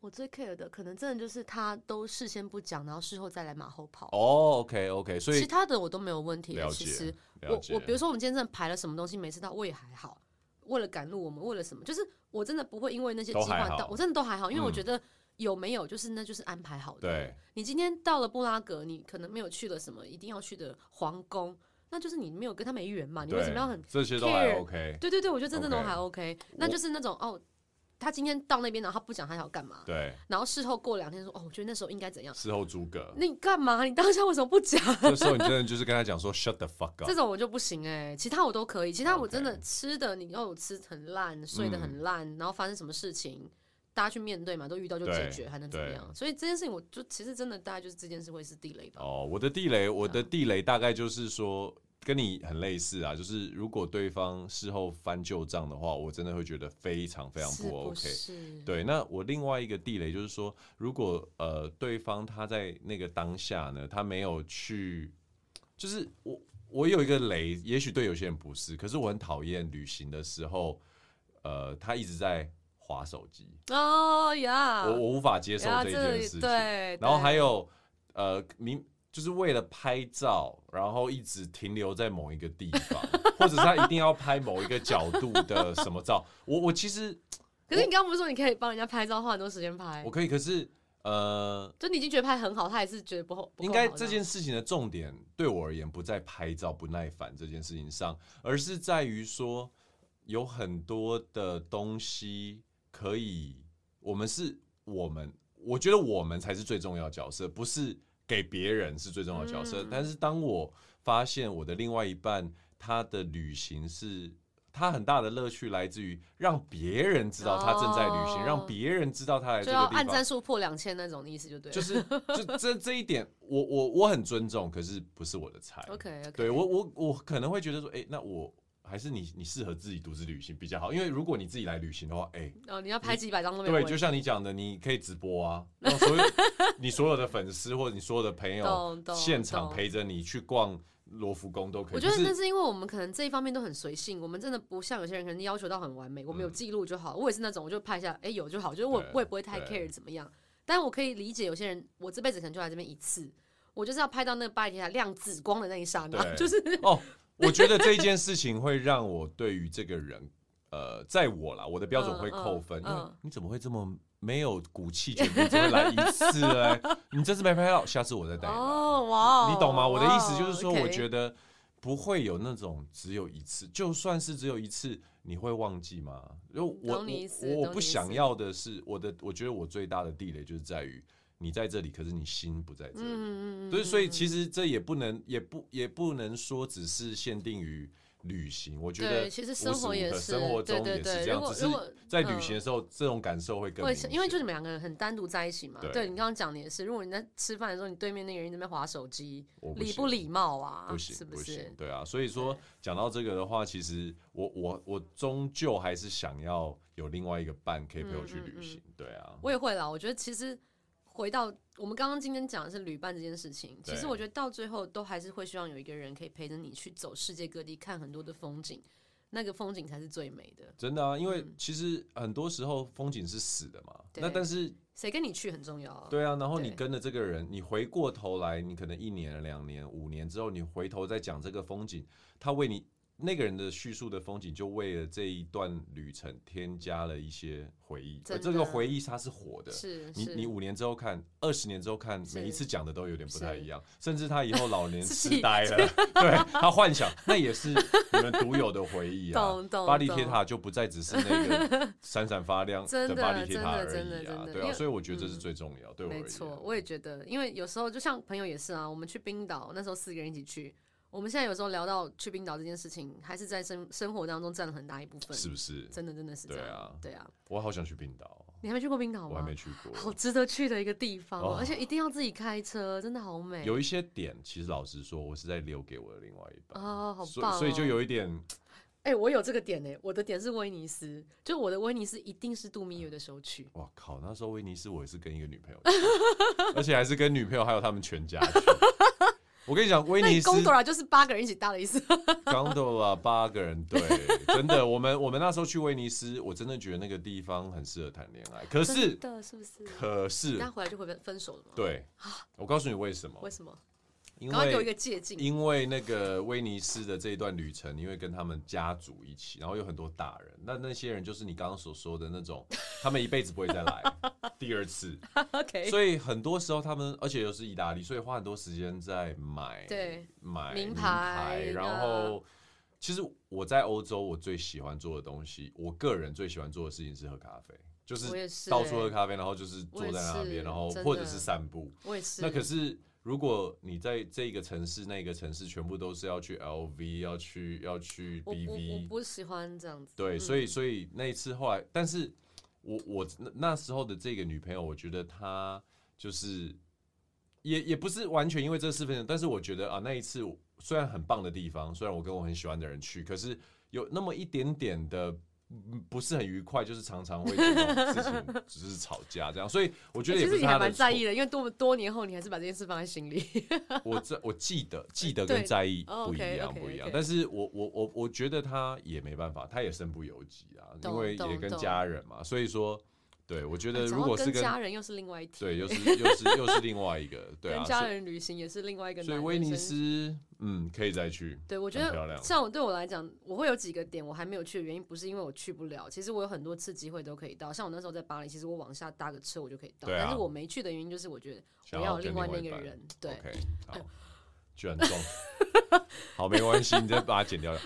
Speaker 1: 我最 care 的，可能真的就是他都事先不讲，然后事后再来马后炮。
Speaker 2: 哦、o k OK，所
Speaker 1: 其
Speaker 2: 以
Speaker 1: 他的我都没有问题
Speaker 2: 了。解
Speaker 1: 其实
Speaker 2: 了
Speaker 1: 我
Speaker 2: 解
Speaker 1: 我比如说我们今天真的排了什么东西没吃到，我也还好。为了赶路，我们为了什么？就是我真的不会因为那些计
Speaker 2: 都还
Speaker 1: 划
Speaker 2: 好
Speaker 1: 到，我真的都还好，因为我
Speaker 2: 嗯
Speaker 1: 觉得有没有就是那就是安排好的。
Speaker 2: 对，
Speaker 1: 你今天到了布拉格，你可能没有去了什么一定要去的皇宫，那就是你没有跟他没缘嘛。你为什么要很
Speaker 2: 对？这些都还
Speaker 1: care？
Speaker 2: OK？
Speaker 1: 对对对，我觉得真的都
Speaker 2: OK
Speaker 1: 还 OK，, 那就是那种哦，他今天到那边，然后他不讲他要干嘛，
Speaker 2: 对，
Speaker 1: 然后事后过两天说哦，我觉得那时候应该怎样。
Speaker 2: 事后诸 葛，
Speaker 1: 那你干嘛？你当下为什么不讲？
Speaker 2: 这时候你真的就是跟他讲说 shut the fuck up，
Speaker 1: 这种我就不行哎、其他我都可以，其他我
Speaker 2: OK 嗯
Speaker 1: 真的吃的，你要我吃很烂，睡得很烂，然后发生什么事情，大家去面对嘛，都遇到就解
Speaker 2: 对
Speaker 1: 决，还能怎么
Speaker 2: 对
Speaker 1: 样？所以这件事情，我就其实真的大概就是这件事会是地雷吧。
Speaker 2: 哦，我的地雷，我
Speaker 1: 对
Speaker 2: 的地雷大概就是说跟你很类似啊，就是如果对方事后翻旧账的话，我真的会觉得非常非常
Speaker 1: 是
Speaker 2: 不 OK。
Speaker 1: 是，
Speaker 2: 对，那我另外一个地雷就是说，如果呃对方他在那个当下呢，他没有去，就是我我有一个雷，也许对有些人不是，可是我很讨厌旅行的时候，呃，他一直在划手机，
Speaker 1: 哦呀，
Speaker 2: 我我无法接受
Speaker 1: 呀
Speaker 2: 这件事情。
Speaker 1: 对，
Speaker 2: 然后
Speaker 1: 对
Speaker 2: 还有呃，明就是为了拍照，然后一直停留在某一个 地方，或者是他一定要拍某一个角度的什么照。我我其实
Speaker 1: 可是你刚刚不是说你可以帮人家拍照，花很多时间拍
Speaker 2: 我？可以，可是呃，
Speaker 1: 就你已经觉得拍很好，他也是觉得不好。不够
Speaker 2: 应该
Speaker 1: 好
Speaker 2: 这
Speaker 1: 样
Speaker 2: 件事情的重点对我而言不在拍照不耐烦这件事情上，而是在于说有很多的东西可以，我们是我们，我觉得我们才是最重要的角色，不是给别人是最重要的角色。
Speaker 1: 嗯
Speaker 2: 但是当我发现我的另外一半他的旅行是。他很大的乐趣来自于让别人知道他正在旅行，
Speaker 1: 哦
Speaker 2: 让别人知道他来
Speaker 1: 就
Speaker 2: 这个
Speaker 1: 要
Speaker 2: 地
Speaker 1: 按
Speaker 2: 方。
Speaker 1: 战术破两千那种的意思就对了。
Speaker 2: 就是就这这一点，我我我很尊重，可是不是我的菜。
Speaker 1: OK OK，
Speaker 2: 对我我我可能会觉得说，哎、那我还是你你适合自己独自旅行比较好，因为如果你自己来旅行的话，哎、
Speaker 1: 哦，你要拍几百张都没有
Speaker 2: 对，
Speaker 1: 问
Speaker 2: 就
Speaker 1: 题。
Speaker 2: 像你讲的，你可以直播啊，让所有你所有的粉丝或者你所有的朋 友
Speaker 1: 懂懂
Speaker 2: 现场
Speaker 1: 懂
Speaker 2: 陪着你去逛罗浮宫都可以。
Speaker 1: 我觉得
Speaker 2: 可
Speaker 1: 那
Speaker 2: 是
Speaker 1: 是因为我们可能这一方面都很随性，我们真的不像有些人可能要求到很完美，我们有记录就好。我也是那种，我就拍一下，哎、有就好，就是我
Speaker 2: 嗯对
Speaker 1: 我也不会太
Speaker 2: 对
Speaker 1: care 怎么样。但我可以理解有些人，我这辈子可能就来这边一次，我就是要拍到那个巴黎铁塔亮紫光的那一刹那，
Speaker 2: 对
Speaker 1: 就是
Speaker 2: 哦，我觉得这件事情会让我对于这个人，呃，在我啦，我的标准会扣分，
Speaker 1: 嗯
Speaker 2: 因
Speaker 1: 嗯
Speaker 2: 为
Speaker 1: 嗯
Speaker 2: 你怎么会这么没有骨气？觉得你只会来一次嘞？ 你这次没拍到，下次我再带你 来。
Speaker 1: 哦哇哦，
Speaker 2: 你懂吗？我的意思就是说，
Speaker 1: 哇哦
Speaker 2: 我
Speaker 1: ，OK
Speaker 2: 觉得不会有那种只有一次，就算是只有一次，你会忘记吗？因为我
Speaker 1: 懂你意思
Speaker 2: 我
Speaker 1: 懂
Speaker 2: 我
Speaker 1: 你
Speaker 2: 不
Speaker 1: 意思
Speaker 2: 想要的是我的，我觉得我最大的地雷就是在于你在这里，可是你心不在这里。
Speaker 1: 嗯嗯嗯，
Speaker 2: 对，所以
Speaker 1: 嗯
Speaker 2: 其实这也不能，也不也不能说只是限定于旅行。我觉得
Speaker 1: 对，其实
Speaker 2: 无
Speaker 1: 生
Speaker 2: 时
Speaker 1: 活
Speaker 2: 无
Speaker 1: 也
Speaker 2: 刻
Speaker 1: 是，
Speaker 2: 生活
Speaker 1: 对
Speaker 2: 中也
Speaker 1: 对
Speaker 2: 是
Speaker 1: 对。如
Speaker 2: 这样，
Speaker 1: 果
Speaker 2: 只是
Speaker 1: 如果
Speaker 2: 在旅行
Speaker 1: 嗯
Speaker 2: 的时候，这种感受会更
Speaker 1: 会
Speaker 2: 明
Speaker 1: 是
Speaker 2: 显。
Speaker 1: 因为就你们两个人很单独在一起嘛。
Speaker 2: 对
Speaker 1: 对你刚刚讲的也是，如果你在吃饭的时候，你对面那个人在那边划手机，
Speaker 2: 我不
Speaker 1: 礼
Speaker 2: 行
Speaker 1: 不？礼貌啊？
Speaker 2: 不行，
Speaker 1: 是
Speaker 2: 不行
Speaker 1: 是，？
Speaker 2: 对啊。所以说
Speaker 1: 对
Speaker 2: 讲到这个的话，其实我我我终究还是想要有另外一个伴可以陪我去
Speaker 1: 嗯嗯
Speaker 2: 旅
Speaker 1: 嗯
Speaker 2: 行。对啊，
Speaker 1: 我也会啦。我觉得其实回到我们刚刚今天讲的是旅伴这件事情，
Speaker 2: 对
Speaker 1: 其实我觉得到最后都还是会希望有一个人可以陪着你去走世界各地，看很多的风景，那个风景才是最美的。
Speaker 2: 真的啊，因为
Speaker 1: 嗯
Speaker 2: 其实很多时候风景是死的嘛。那
Speaker 1: 对
Speaker 2: 但是
Speaker 1: 谁跟你去很重要啊。
Speaker 2: 对啊，然后你
Speaker 1: 对
Speaker 2: 跟着这个人，你回过头来，你可能一年、两年、五年之后，你回头再讲这个风景，他为你那个人的叙述的风景，就为了这一段旅程添加了一些回忆。而
Speaker 1: 真
Speaker 2: 这
Speaker 1: 的
Speaker 2: 个回忆它是活的，
Speaker 1: 是
Speaker 2: 你
Speaker 1: 是
Speaker 2: 你五年之后看，二十年之后看，
Speaker 1: 是
Speaker 2: 每一次讲的都有点不太
Speaker 1: 是
Speaker 2: 一样，甚至他以后老 年
Speaker 1: 自
Speaker 2: 痴
Speaker 1: 己
Speaker 2: 呆了，对他幻想，那也是你们独有的回忆 啊。
Speaker 1: 懂懂
Speaker 2: 巴黎铁
Speaker 1: 懂
Speaker 2: 塔就不再只是那个闪闪发亮
Speaker 1: 真的
Speaker 2: 巴黎铁塔而
Speaker 1: 真的真的
Speaker 2: 已啊
Speaker 1: 真，的
Speaker 2: 对
Speaker 1: 因
Speaker 2: 啊，
Speaker 1: 为
Speaker 2: 所以我觉得这是
Speaker 1: 嗯
Speaker 2: 最重要，对我而啊
Speaker 1: 没
Speaker 2: 言。
Speaker 1: 错，我也觉得，因为有时候就像朋友也是啊，我们去冰岛那时候四个人一起去，我们现在有时候聊到去冰岛这件事情，还是在生生活当中占了很大一部分，
Speaker 2: 是不是？
Speaker 1: 真的真的是这
Speaker 2: 对
Speaker 1: 样。
Speaker 2: 啊，
Speaker 1: 对啊，
Speaker 2: 我好想去冰岛，
Speaker 1: 你还没去过冰岛吗？
Speaker 2: 我还没去
Speaker 1: 好
Speaker 2: 过。
Speaker 1: 值得去的一个地方、哦
Speaker 2: 哦
Speaker 1: 而且一定要自己开车，真的好美。
Speaker 2: 有一些点，其实老实说，我是在留给我的另外一半，
Speaker 1: 哦，好
Speaker 2: 所以
Speaker 1: 棒、
Speaker 2: 所以就，有一点
Speaker 1: 哎、我有这个点呢、我的点是威尼斯，就我的威尼斯一定是度蜜月的时候去。
Speaker 2: 哇靠！那时候威尼斯我也是跟一个女朋友去， 而且还是跟女朋友还有他们全家去。我跟你讲，威
Speaker 1: 那
Speaker 2: 尼
Speaker 1: 你
Speaker 2: 斯
Speaker 1: 公 Dora 就是八个人一起搭的意思，
Speaker 2: gondola 八个人，对，真的，我们我们那时候去威尼斯，我真的觉得那个地方很适合谈恋爱。可
Speaker 1: 真
Speaker 2: 是，
Speaker 1: 的是不是？
Speaker 2: 可是
Speaker 1: 那，回来就会分分手了吗？，
Speaker 2: 对，
Speaker 1: 啊
Speaker 2: 我告诉你为什么
Speaker 1: 为，什么？
Speaker 2: 因
Speaker 1: 赶快给我一
Speaker 2: 为
Speaker 1: 个借镜。
Speaker 2: 因为那个威尼斯的这一段旅程，因为跟他们家族一起，然后有很多大人，那那些人就是你刚刚所说的那种，他们一辈子不会 再来第二次。
Speaker 1: OK，
Speaker 2: 所以很多时候他们，而且又是意大利，所以花很多时间在买
Speaker 1: 对
Speaker 2: 买
Speaker 1: 名
Speaker 2: 名
Speaker 1: 牌啊
Speaker 2: 牌然后。其实我在欧洲，我最喜欢做的东西，我个人最喜欢做的事情是喝咖啡，就
Speaker 1: 我
Speaker 2: 是
Speaker 1: 也是
Speaker 2: 到处
Speaker 1: 欸
Speaker 2: 喝咖啡，然后就是坐
Speaker 1: 我也
Speaker 2: 在那
Speaker 1: 是
Speaker 2: 边，然后
Speaker 1: 真
Speaker 2: 或者
Speaker 1: 的
Speaker 2: 是散步。
Speaker 1: 我也是。
Speaker 2: 那可是如果你在这个城市、那个城市，全部都是要去 LV，要去要去
Speaker 1: 我我我
Speaker 2: BV，
Speaker 1: 不喜欢这样子。嗯
Speaker 2: 对，所以所以那一次后来，但是我我那那时候的这个女朋友，我觉得她就是也也不是完全因为这四分钟，但是我觉得啊，那一次虽然很棒的地方，虽然我跟我很喜欢的人去，可是有那么一点点的。嗯不是很愉快，就是常常会这种事 情，只是吵架这样，所以我觉得
Speaker 1: 欸其
Speaker 2: 也不
Speaker 1: 实你
Speaker 2: 是她
Speaker 1: 还
Speaker 2: 的
Speaker 1: 蛮
Speaker 2: 错
Speaker 1: 在。意的，因为多多年后你还是把这件事放在心里。
Speaker 2: 我在我记得记得
Speaker 1: 呃对
Speaker 2: 跟在意
Speaker 1: 哦
Speaker 2: 不一样
Speaker 1: ，OK，OK，OK
Speaker 2: 不一样，但是我我我我觉得他也没办法，他也身不由己啊，因
Speaker 1: 懂
Speaker 2: 为也
Speaker 1: 懂
Speaker 2: 跟
Speaker 1: 懂
Speaker 2: 家人嘛，所以说对，我觉
Speaker 1: 觉
Speaker 2: 得如果是
Speaker 1: 跟
Speaker 2: 跟
Speaker 1: 家人又是另外一题，
Speaker 2: 对，又是又是又是另外一个，对啊，
Speaker 1: 跟家
Speaker 2: 所
Speaker 1: 人旅行也是另外一个难。
Speaker 2: 以所以威尼，斯，嗯，可以再去，
Speaker 1: 对我觉
Speaker 2: 很漂
Speaker 1: 得
Speaker 2: 亮
Speaker 1: 像我对我来讲，我会有几个点我还没有去的原因，不是因为我去不了，其实我有很多次机会都可以到。像我那时候在巴黎，其实我往下搭个车我就可以到，
Speaker 2: 对啊
Speaker 1: 但是我没去的原因就是我觉得
Speaker 2: 想
Speaker 1: 我
Speaker 2: 要
Speaker 1: 要有
Speaker 2: 跟
Speaker 1: 另外
Speaker 2: 另外
Speaker 1: 那
Speaker 2: 一
Speaker 1: 个
Speaker 2: 半
Speaker 1: 人，对
Speaker 2: OK，好，居然 中，好，没关系，你再把它剪掉，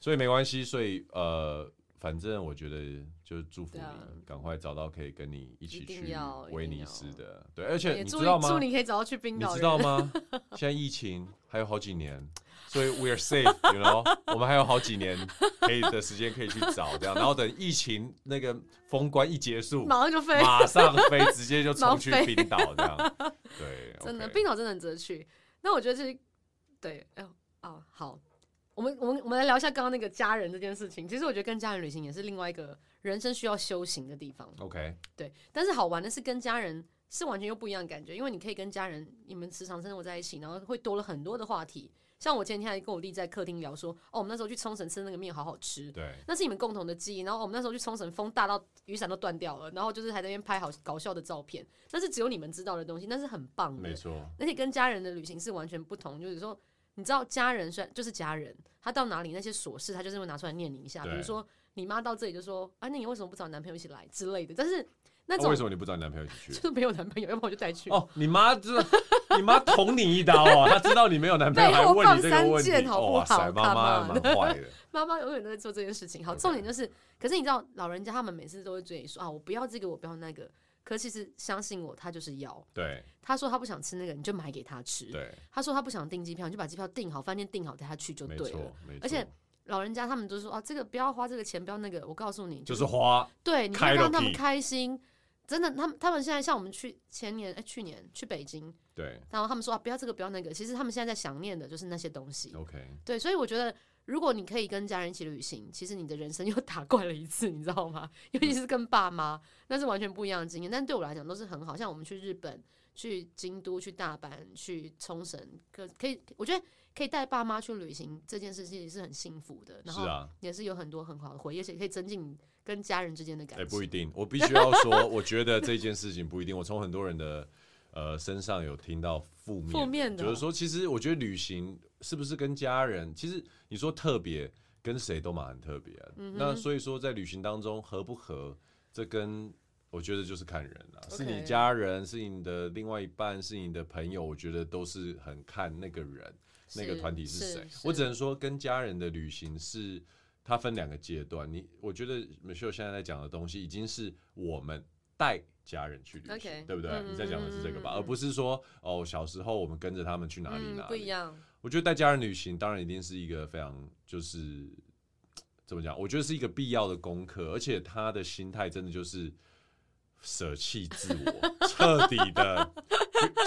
Speaker 2: 所以没关系，所以呃，反正我觉得就是祝福
Speaker 1: 对啊
Speaker 2: 你，赶快找到可以跟你一起
Speaker 1: 一定
Speaker 2: 去
Speaker 1: 要一
Speaker 2: 威
Speaker 1: 定
Speaker 2: 尼
Speaker 1: 要
Speaker 2: 斯的，对，而且
Speaker 1: 也
Speaker 2: 你
Speaker 1: 祝
Speaker 2: 知道
Speaker 1: 祝
Speaker 2: 吗？
Speaker 1: 你可以找到去冰
Speaker 2: 你
Speaker 1: 岛的
Speaker 2: 知
Speaker 1: 人。
Speaker 2: 道吗？现在疫情还有好几年，所以 we're safe，you know，我们还有好几年可以的时间可以去找这样，然后等疫情那个封关一 结束，
Speaker 1: 马上就飞，
Speaker 2: 马上飞，直接就
Speaker 1: 马
Speaker 2: 冲
Speaker 1: 上
Speaker 2: 去
Speaker 1: 飞
Speaker 2: 冰岛这样。对，
Speaker 1: 真的
Speaker 2: OK
Speaker 1: 冰岛真的很值得去。那我觉得是，对，哎呦哦好，我们我们我们来聊一下刚刚那个家人这件事情。其实我觉得跟家人旅行也是另外一个人生需要修行的地方。
Speaker 2: OK，
Speaker 1: 对，但是好玩的是跟家人是完全又不一样的感觉，因为你可以跟家人，你们时常生活在一起，然后会多了很多的话题。像我前天还跟我弟在客厅聊说，哦，我们那时候去冲绳吃那个面好好吃，
Speaker 2: 对，
Speaker 1: 那是你们共同的记忆。然后我们那时候去冲绳，风大到雨伞都断掉了，然后就是还在那边拍好搞笑的照片，那是只有你们知道的东西，那是很棒的
Speaker 2: 没。错，
Speaker 1: 而且跟家人的旅行是完全不同，就是说，你知道家人虽然就是家人，他到哪里那些琐事，他就是会拿出来念你一下，比
Speaker 2: 对
Speaker 1: 如说你妈到这里就说啊，那你为什么不找男朋友一起来之类的，但是那
Speaker 2: 那
Speaker 1: 种、
Speaker 2: 啊为什么你不找你男朋友一起
Speaker 1: 就
Speaker 2: 去？
Speaker 1: 是没有男朋友，要不然我就带去。
Speaker 2: 哦，你妈知道，你妈捅你一刀啊！她知道你没有男朋友，
Speaker 1: 背
Speaker 2: 还
Speaker 1: 后
Speaker 2: 问你
Speaker 1: 放
Speaker 2: 这个
Speaker 1: 三
Speaker 2: 问题
Speaker 1: 箭，好不
Speaker 2: 哇塞，
Speaker 1: 好
Speaker 2: 妈妈蛮
Speaker 1: 干
Speaker 2: 坏的。
Speaker 1: 妈妈永远都在做这件事情。好，
Speaker 2: OK
Speaker 1: 重点就是，可是你知道，老人家他们每次都会追你说啊，我不要这个，我不要那个。可其实相信我，他就是要。
Speaker 2: 对
Speaker 1: 他说他不想吃那个，你就买给他吃。
Speaker 2: 对，
Speaker 1: 他说他不想订机票，你就把机票订好，饭店订好，带他去就
Speaker 2: 没
Speaker 1: 对了
Speaker 2: 错。，没错，
Speaker 1: 而且老人家他们都说啊，这个不要花这个钱，不要那个。我告诉你，
Speaker 2: 就是花，
Speaker 1: 对，你就
Speaker 2: 开了
Speaker 1: 让他们
Speaker 2: 屁
Speaker 1: 开心。真的，他们他们现在像我们去前年哎、去年去北京，
Speaker 2: 对
Speaker 1: 然后他们说啊不要这个不要那个，其实他们现在在想念的就是那些东西。
Speaker 2: ，OK，
Speaker 1: 对，所以我觉得，如果你可以跟家人一起旅行，其实你的人生又 打怪了一次，你知道吗？尤其是跟爸妈，那是完全不一样的经验。但对我来讲都是很好，像我们去日本、去京都、去大阪、去冲绳，可可以，我觉得可以带爸妈去旅行这件事情是很幸福的，然
Speaker 2: 是
Speaker 1: 后
Speaker 2: 啊，
Speaker 1: 也是有很多很好的回忆，而且可以增进你跟家人之间的感
Speaker 2: 哎、
Speaker 1: 情。
Speaker 2: 不 一定，我必须要说，我觉得这件事情不一定。我从很多人的呃身上有听到负面的，
Speaker 1: 负面的
Speaker 2: 就是说，其实我觉得旅行是不是跟家人，其实你说特别跟谁都蛮特别啊、
Speaker 1: 嗯
Speaker 2: 那所以说，在旅行当中合不合，这跟我觉得就是看人啦、
Speaker 1: OK
Speaker 2: 是你家人，是你的另外一半，是你的朋友，我觉得都是很看那个人。那个
Speaker 1: 是
Speaker 2: 团体
Speaker 1: 是
Speaker 2: 是谁。
Speaker 1: 是
Speaker 2: 我只能说，跟家人的旅行是它分两个阶段。你我觉得 Michelle 现在在讲的东西，已经是我们带家人去旅行
Speaker 1: OK
Speaker 2: 对不对？
Speaker 1: 嗯
Speaker 2: 你在讲的是这个
Speaker 1: 嗯
Speaker 2: 吧，
Speaker 1: 嗯嗯
Speaker 2: 而不是说哦，小时候我们跟着他们去哪里
Speaker 1: 嗯
Speaker 2: 哪里。
Speaker 1: 不一样，
Speaker 2: 我觉得带家人旅行，当然一定是一个非常就是怎么讲？我觉得是一个必要的功课，而且他的心态真的就是舍弃自我，彻底的，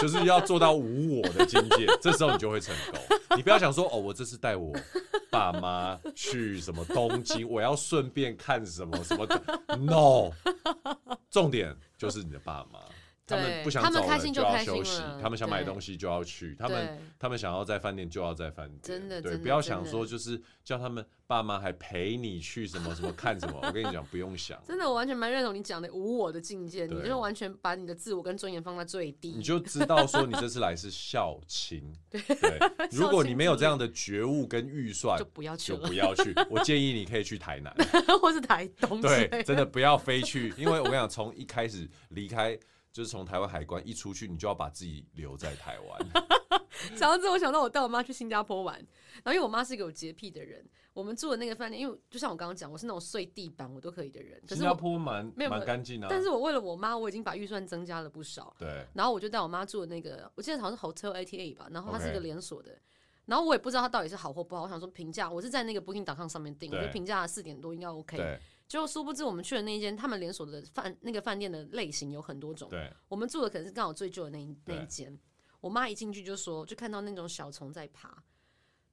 Speaker 2: 就是要做到无我的境界。这时候你就会成功。你不要想说哦，我这次带我爸妈去什么东京，我要顺便看什么什么的。No，重点就是你的爸妈。他们
Speaker 1: 对
Speaker 2: 不想
Speaker 1: 他们
Speaker 2: 走
Speaker 1: 开
Speaker 2: 人
Speaker 1: 心
Speaker 2: 就
Speaker 1: 就
Speaker 2: 要
Speaker 1: 开
Speaker 2: 休
Speaker 1: 心
Speaker 2: 息
Speaker 1: 了，
Speaker 2: 他们想买
Speaker 1: 对
Speaker 2: 东西就要去，他们
Speaker 1: 对
Speaker 2: 他们想要在饭店就要在饭店，
Speaker 1: 真的
Speaker 2: 对，
Speaker 1: 真的
Speaker 2: 不要
Speaker 1: 真
Speaker 2: 想
Speaker 1: 的
Speaker 2: 说就是叫他们爸妈还陪你去什么什 么看什么，我跟你讲不用想，
Speaker 1: 真的，我完全蛮认同你讲的无我的境界，你
Speaker 2: 对
Speaker 1: 就是完全把你的自我跟尊严放在最低。
Speaker 2: 你就知道说你这次来是孝 亲，对，如果你没有这样的觉悟跟预算
Speaker 1: 就，不要去
Speaker 2: 就
Speaker 1: 了，
Speaker 2: 不要去。 我建议你可以去台 南，
Speaker 1: 或是台东之类
Speaker 2: 对，真的不要飞去，因为我跟你讲，从一开始离开。就是从台湾海关一出去，你就要把自己留在台湾。
Speaker 1: 想到这，我想到我带我妈去新加坡玩，然后因为我妈是一个有洁癖的人，我们住的那个饭店，因为就像我刚刚讲，我是那种睡地板我都可以的 人，可
Speaker 2: 新
Speaker 1: 是
Speaker 2: 加
Speaker 1: 我，
Speaker 2: 坡蛮
Speaker 1: 没有
Speaker 2: 蛮干净啊，
Speaker 1: 但是我为了我妈，我已经把预算增加了不少，
Speaker 2: 对
Speaker 1: 然后我就带我妈住的那个，我记得好像是 Hotel ATA 吧，然后它是一
Speaker 2: OK
Speaker 1: 个连锁的。然后我也不知道它到底是好或不好，我想说评价，我是在那个 Booking.com 上面订，我
Speaker 2: 对
Speaker 1: 觉得评价四点多应该 OK。
Speaker 2: 对
Speaker 1: 结果殊不知我们去的那一间，他们连锁的饭那个饭店的类型有很多种，
Speaker 2: 对，
Speaker 1: 我们住的可能是刚好最旧的那一
Speaker 2: 对
Speaker 1: 那一间。我妈一进去就说，就看到那种小虫在爬，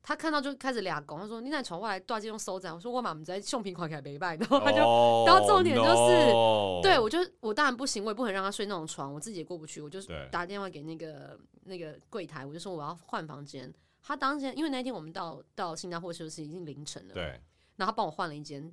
Speaker 1: 她看到就开始俩拱，她说：“你那床外来大街用收窄。”我说：“我妈们在胸平款开北拜。”然后她就、
Speaker 2: 哦
Speaker 1: 然后重点就是
Speaker 2: 是
Speaker 1: 对我就我当然不行，我也不可能让她睡那种床，我自己也过不去，我就
Speaker 2: 对
Speaker 1: 打电话给那个那个柜台，我就说我要换房间。她当天因为那天我们到到新加坡休息已经凌晨了，
Speaker 2: 对
Speaker 1: 然后她帮我换了一间。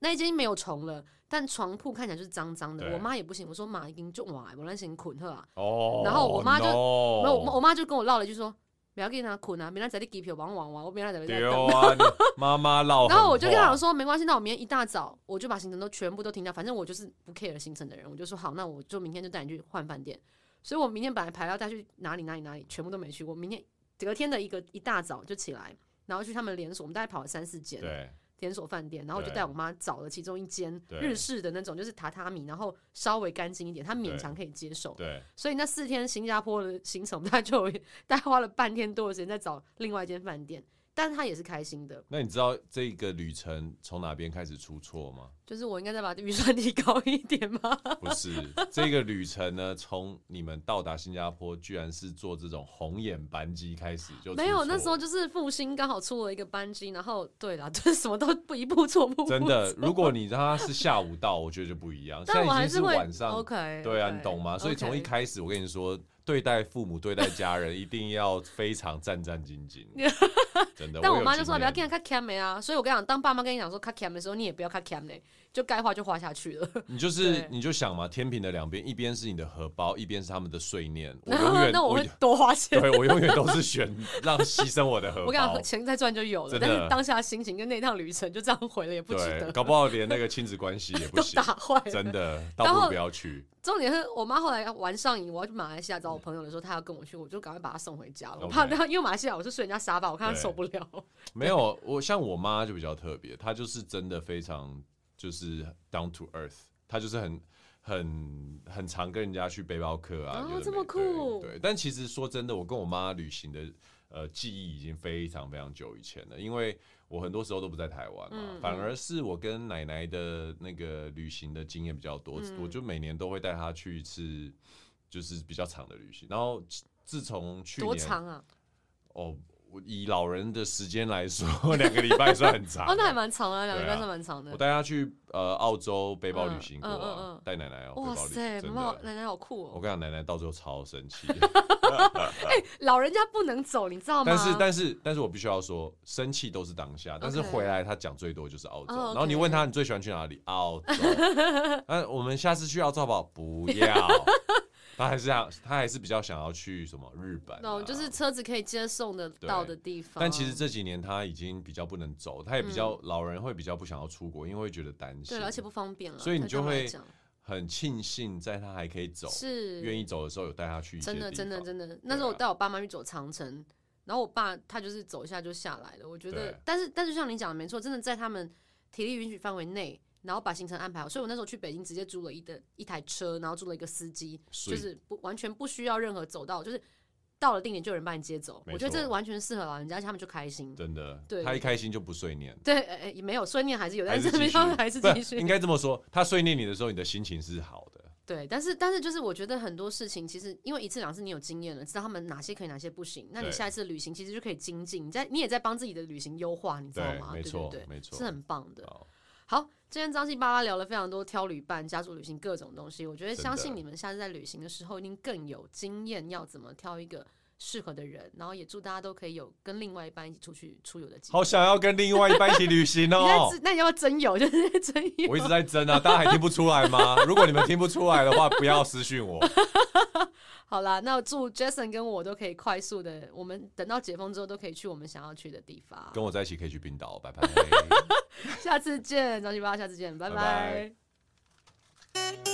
Speaker 1: 那一间没有虫了，但床铺看起来就是脏脏的。
Speaker 2: 对
Speaker 1: 我妈也不行，我说妈已经就哇，我那行捆喝啊，
Speaker 2: 哦，
Speaker 1: 然后我妈就
Speaker 2: no
Speaker 1: 没有，我妈我妈就跟我唠了一句说，不要给他捆啊，明天在你机票往往往，我明天在在
Speaker 2: 对
Speaker 1: 等。
Speaker 2: 啊，你妈妈唠狠话。
Speaker 1: 然后我就跟他讲说，没关系，那我明天一大早我就把行程都全部都停掉，反正我就是不 care 行程的人，我就说好，那我就明天就带你去换饭店。所以我明天本来排到带去哪里哪里哪里，全部都没去过。明天隔天的一个一大早就起来，然后去他们连锁，我们大概跑了三四间，
Speaker 2: 对，
Speaker 1: 连锁饭店，然后我就
Speaker 2: 对
Speaker 1: 带我妈找了其中一间
Speaker 2: 对
Speaker 1: 日式的那种，就是榻榻米，然后稍微干净一点，她勉
Speaker 2: 对
Speaker 1: 强可以接受。
Speaker 2: 对，
Speaker 1: 所以那四天新加坡的行程，我们大概就有大概花了半天多的时间在找另外一间饭店，但是她也是开心的，
Speaker 2: 那你知道这个旅程从哪边开始出错 吗？
Speaker 1: 就是我应该再把预算提高一点吗？
Speaker 2: 不是，这个旅程呢，从你们到达新加坡，居然是坐这种红眼班机开始就出
Speaker 1: 没有，
Speaker 2: 错
Speaker 1: 那 时候就是复兴刚好出了一个班机，然后对啦， 就是什么都不一步错，步步
Speaker 2: 真的，
Speaker 1: 错
Speaker 2: 如果你让他是下午到，我觉得就不一样。现
Speaker 1: 但我
Speaker 2: 在已
Speaker 1: 还
Speaker 2: 经是
Speaker 1: 会
Speaker 2: 晚上
Speaker 1: OK，
Speaker 2: 对啊，你懂吗？所以从一开始，我跟你说，对待父母、对待家人，一定要非常战战兢 兢。真的，
Speaker 1: 但我
Speaker 2: 有
Speaker 1: 妈就
Speaker 2: 经
Speaker 1: 说不要
Speaker 2: 验
Speaker 1: 跟他 cut cam 欸啊，所以我跟你讲，当爸妈跟你讲说 cut cam 的时候，你也不要 cut cam 嘞，就该花就花下去了。
Speaker 2: 你就是
Speaker 1: 对
Speaker 2: 你就想嘛，天平的两边，一边是你的荷包，一边是他们的 碎念。我
Speaker 1: 然
Speaker 2: 永
Speaker 1: 后
Speaker 2: 远
Speaker 1: 那我
Speaker 2: 我
Speaker 1: 会多花钱。
Speaker 2: 对我永远都 是选让牺牲我的荷
Speaker 1: 我跟你
Speaker 2: 包
Speaker 1: 讲，。钱再赚就有了，
Speaker 2: 真的
Speaker 1: 但是当下的心情跟那趟旅程就这样毁了，也不值
Speaker 2: 对，
Speaker 1: 得，
Speaker 2: 搞不好连那个亲子关系也不
Speaker 1: 都
Speaker 2: 行
Speaker 1: 打，坏了。
Speaker 2: 真的，
Speaker 1: 然
Speaker 2: 倒不
Speaker 1: 后
Speaker 2: 如不要去。
Speaker 1: 重点是我妈后来玩上瘾，我要去马来西亚找我朋友的时候，她要跟我去，我就赶快把她送回家了。我怕
Speaker 2: 嗯 OK
Speaker 1: 她，因为马来西亚我是睡人家沙发，我看她
Speaker 2: 对
Speaker 1: 受不了。
Speaker 2: 没有，我像我妈就比较特别，她就是真的非常就是 down to earth，她就是很很很常跟人家去背包客啊，
Speaker 1: 哦
Speaker 2: 有的
Speaker 1: 这么
Speaker 2: 没
Speaker 1: 酷
Speaker 2: 对。对但其实说真的，我跟我妈旅行的呃记忆已经非常非常久以前了，因为我很多时候都不在台湾嘛，
Speaker 1: 嗯
Speaker 2: 反而是我跟奶奶的那个旅行的经验比较多，
Speaker 1: 嗯
Speaker 2: 我就每年都会带她去一次就是比较长的旅行，然后自自从去
Speaker 1: 多
Speaker 2: 年
Speaker 1: 长啊？
Speaker 2: 哦，我以老人的时间来说， 两个礼拜算很长。
Speaker 1: 哦，那还蛮长的，两个
Speaker 2: 对
Speaker 1: 礼
Speaker 2: 啊
Speaker 1: 拜算蛮长的
Speaker 2: 我。带他去呃澳洲背包旅行过
Speaker 1: 嗯嗯嗯
Speaker 2: 啊
Speaker 1: 嗯，
Speaker 2: 带、奶奶哦、
Speaker 1: 哇
Speaker 2: 背包旅行
Speaker 1: 塞，
Speaker 2: 真
Speaker 1: 妈妈
Speaker 2: 的。
Speaker 1: 奶奶好酷
Speaker 2: 我
Speaker 1: 哦！
Speaker 2: 跟你讲，奶奶到最后超 生气，
Speaker 1: 老人家不能走，你知道吗？
Speaker 2: 但是但是但是我必须要说，生气都是当下，但是
Speaker 1: OK
Speaker 2: 回来他讲最多就是澳洲。
Speaker 1: 哦，OK，
Speaker 2: 然后你问他
Speaker 1: OK
Speaker 2: 你最喜欢去哪里？澳 洲。那我们下次去澳洲好不好？不要。他还是想，他还是比较想要去什么日本、啊。
Speaker 1: 那种就是车子可以接送的
Speaker 2: 对
Speaker 1: 到的地方。
Speaker 2: 但其实这几年他已经比较不能走，他也比较、老人会比较不想要出国，因为会觉得担心，
Speaker 1: 嗯对了，而且不方便了，
Speaker 2: 所以你
Speaker 1: 对他们
Speaker 2: 就
Speaker 1: 来
Speaker 2: 会
Speaker 1: 讲
Speaker 2: 很庆幸在他还可以走，
Speaker 1: 是
Speaker 2: 愿意走的时候有带他去一些
Speaker 1: 真的
Speaker 2: 地
Speaker 1: 真的
Speaker 2: 方
Speaker 1: 真的。那时候我
Speaker 2: 对啊
Speaker 1: 带我爸妈去走长城，然后我爸他就是走一下就下来了。我觉得
Speaker 2: 对，
Speaker 1: 但是但是就像你讲的没错，真的在他们体力允许范围内。然后把行程安排好，所以我那时候去北京直接租了一的一台车，然后租了一个司机，
Speaker 2: 所
Speaker 1: 就
Speaker 2: 以
Speaker 1: 是不完全不需要任何走道，就是到了定点就有人把你接走。
Speaker 2: 没
Speaker 1: 我觉得
Speaker 2: 错
Speaker 1: 这完全适合老人家，他们就开心。
Speaker 2: 真的
Speaker 1: 对
Speaker 2: 他一开心就不碎念，
Speaker 1: 对，呃呃也没有，所以念还是有，
Speaker 2: 还
Speaker 1: 但
Speaker 2: 是
Speaker 1: 是
Speaker 2: 继续
Speaker 1: 他们还是
Speaker 2: 不
Speaker 1: 继续
Speaker 2: 应。该这么说，他碎念你的时候，你的心情是好的，
Speaker 1: 对，但是但是就是我觉得很多事情，其实因为一次两次你有经验了，知道他们哪些可以，哪些不行，那你
Speaker 2: 对
Speaker 1: 下一次旅行其实就可以精进，你在你也在帮自己的旅行优化，你知道
Speaker 2: 对
Speaker 1: 吗？，
Speaker 2: 没
Speaker 1: 对
Speaker 2: 错
Speaker 1: 对，
Speaker 2: 没错，
Speaker 1: 是很棒的。
Speaker 2: 好
Speaker 1: 好，今天张信巴拉聊了非常多挑旅伴、家族旅行各种东西，我觉得
Speaker 2: 真
Speaker 1: 相
Speaker 2: 的
Speaker 1: 信你们下次在旅行的时候一定更有经验，要怎么挑一个适合的人，然后也祝大家都可以有跟另外一半一起出去出游的机会。
Speaker 2: 好想要跟另外一半一起旅行
Speaker 1: 你在
Speaker 2: 哦
Speaker 1: 自。那你要不要真有？ 就是在真有。
Speaker 2: 我一直在争啊，大家还听不出来吗？如果你们听不出来的话，不要私讯我。
Speaker 1: 好啦，那祝 Jason 跟我都可以快速的，我们等到解封之后都可以去我们想要去的地方。
Speaker 2: 跟我在一起可以去冰岛，拜拜。
Speaker 1: 下次见，张继巴，下次见，拜
Speaker 2: 拜拜
Speaker 1: 拜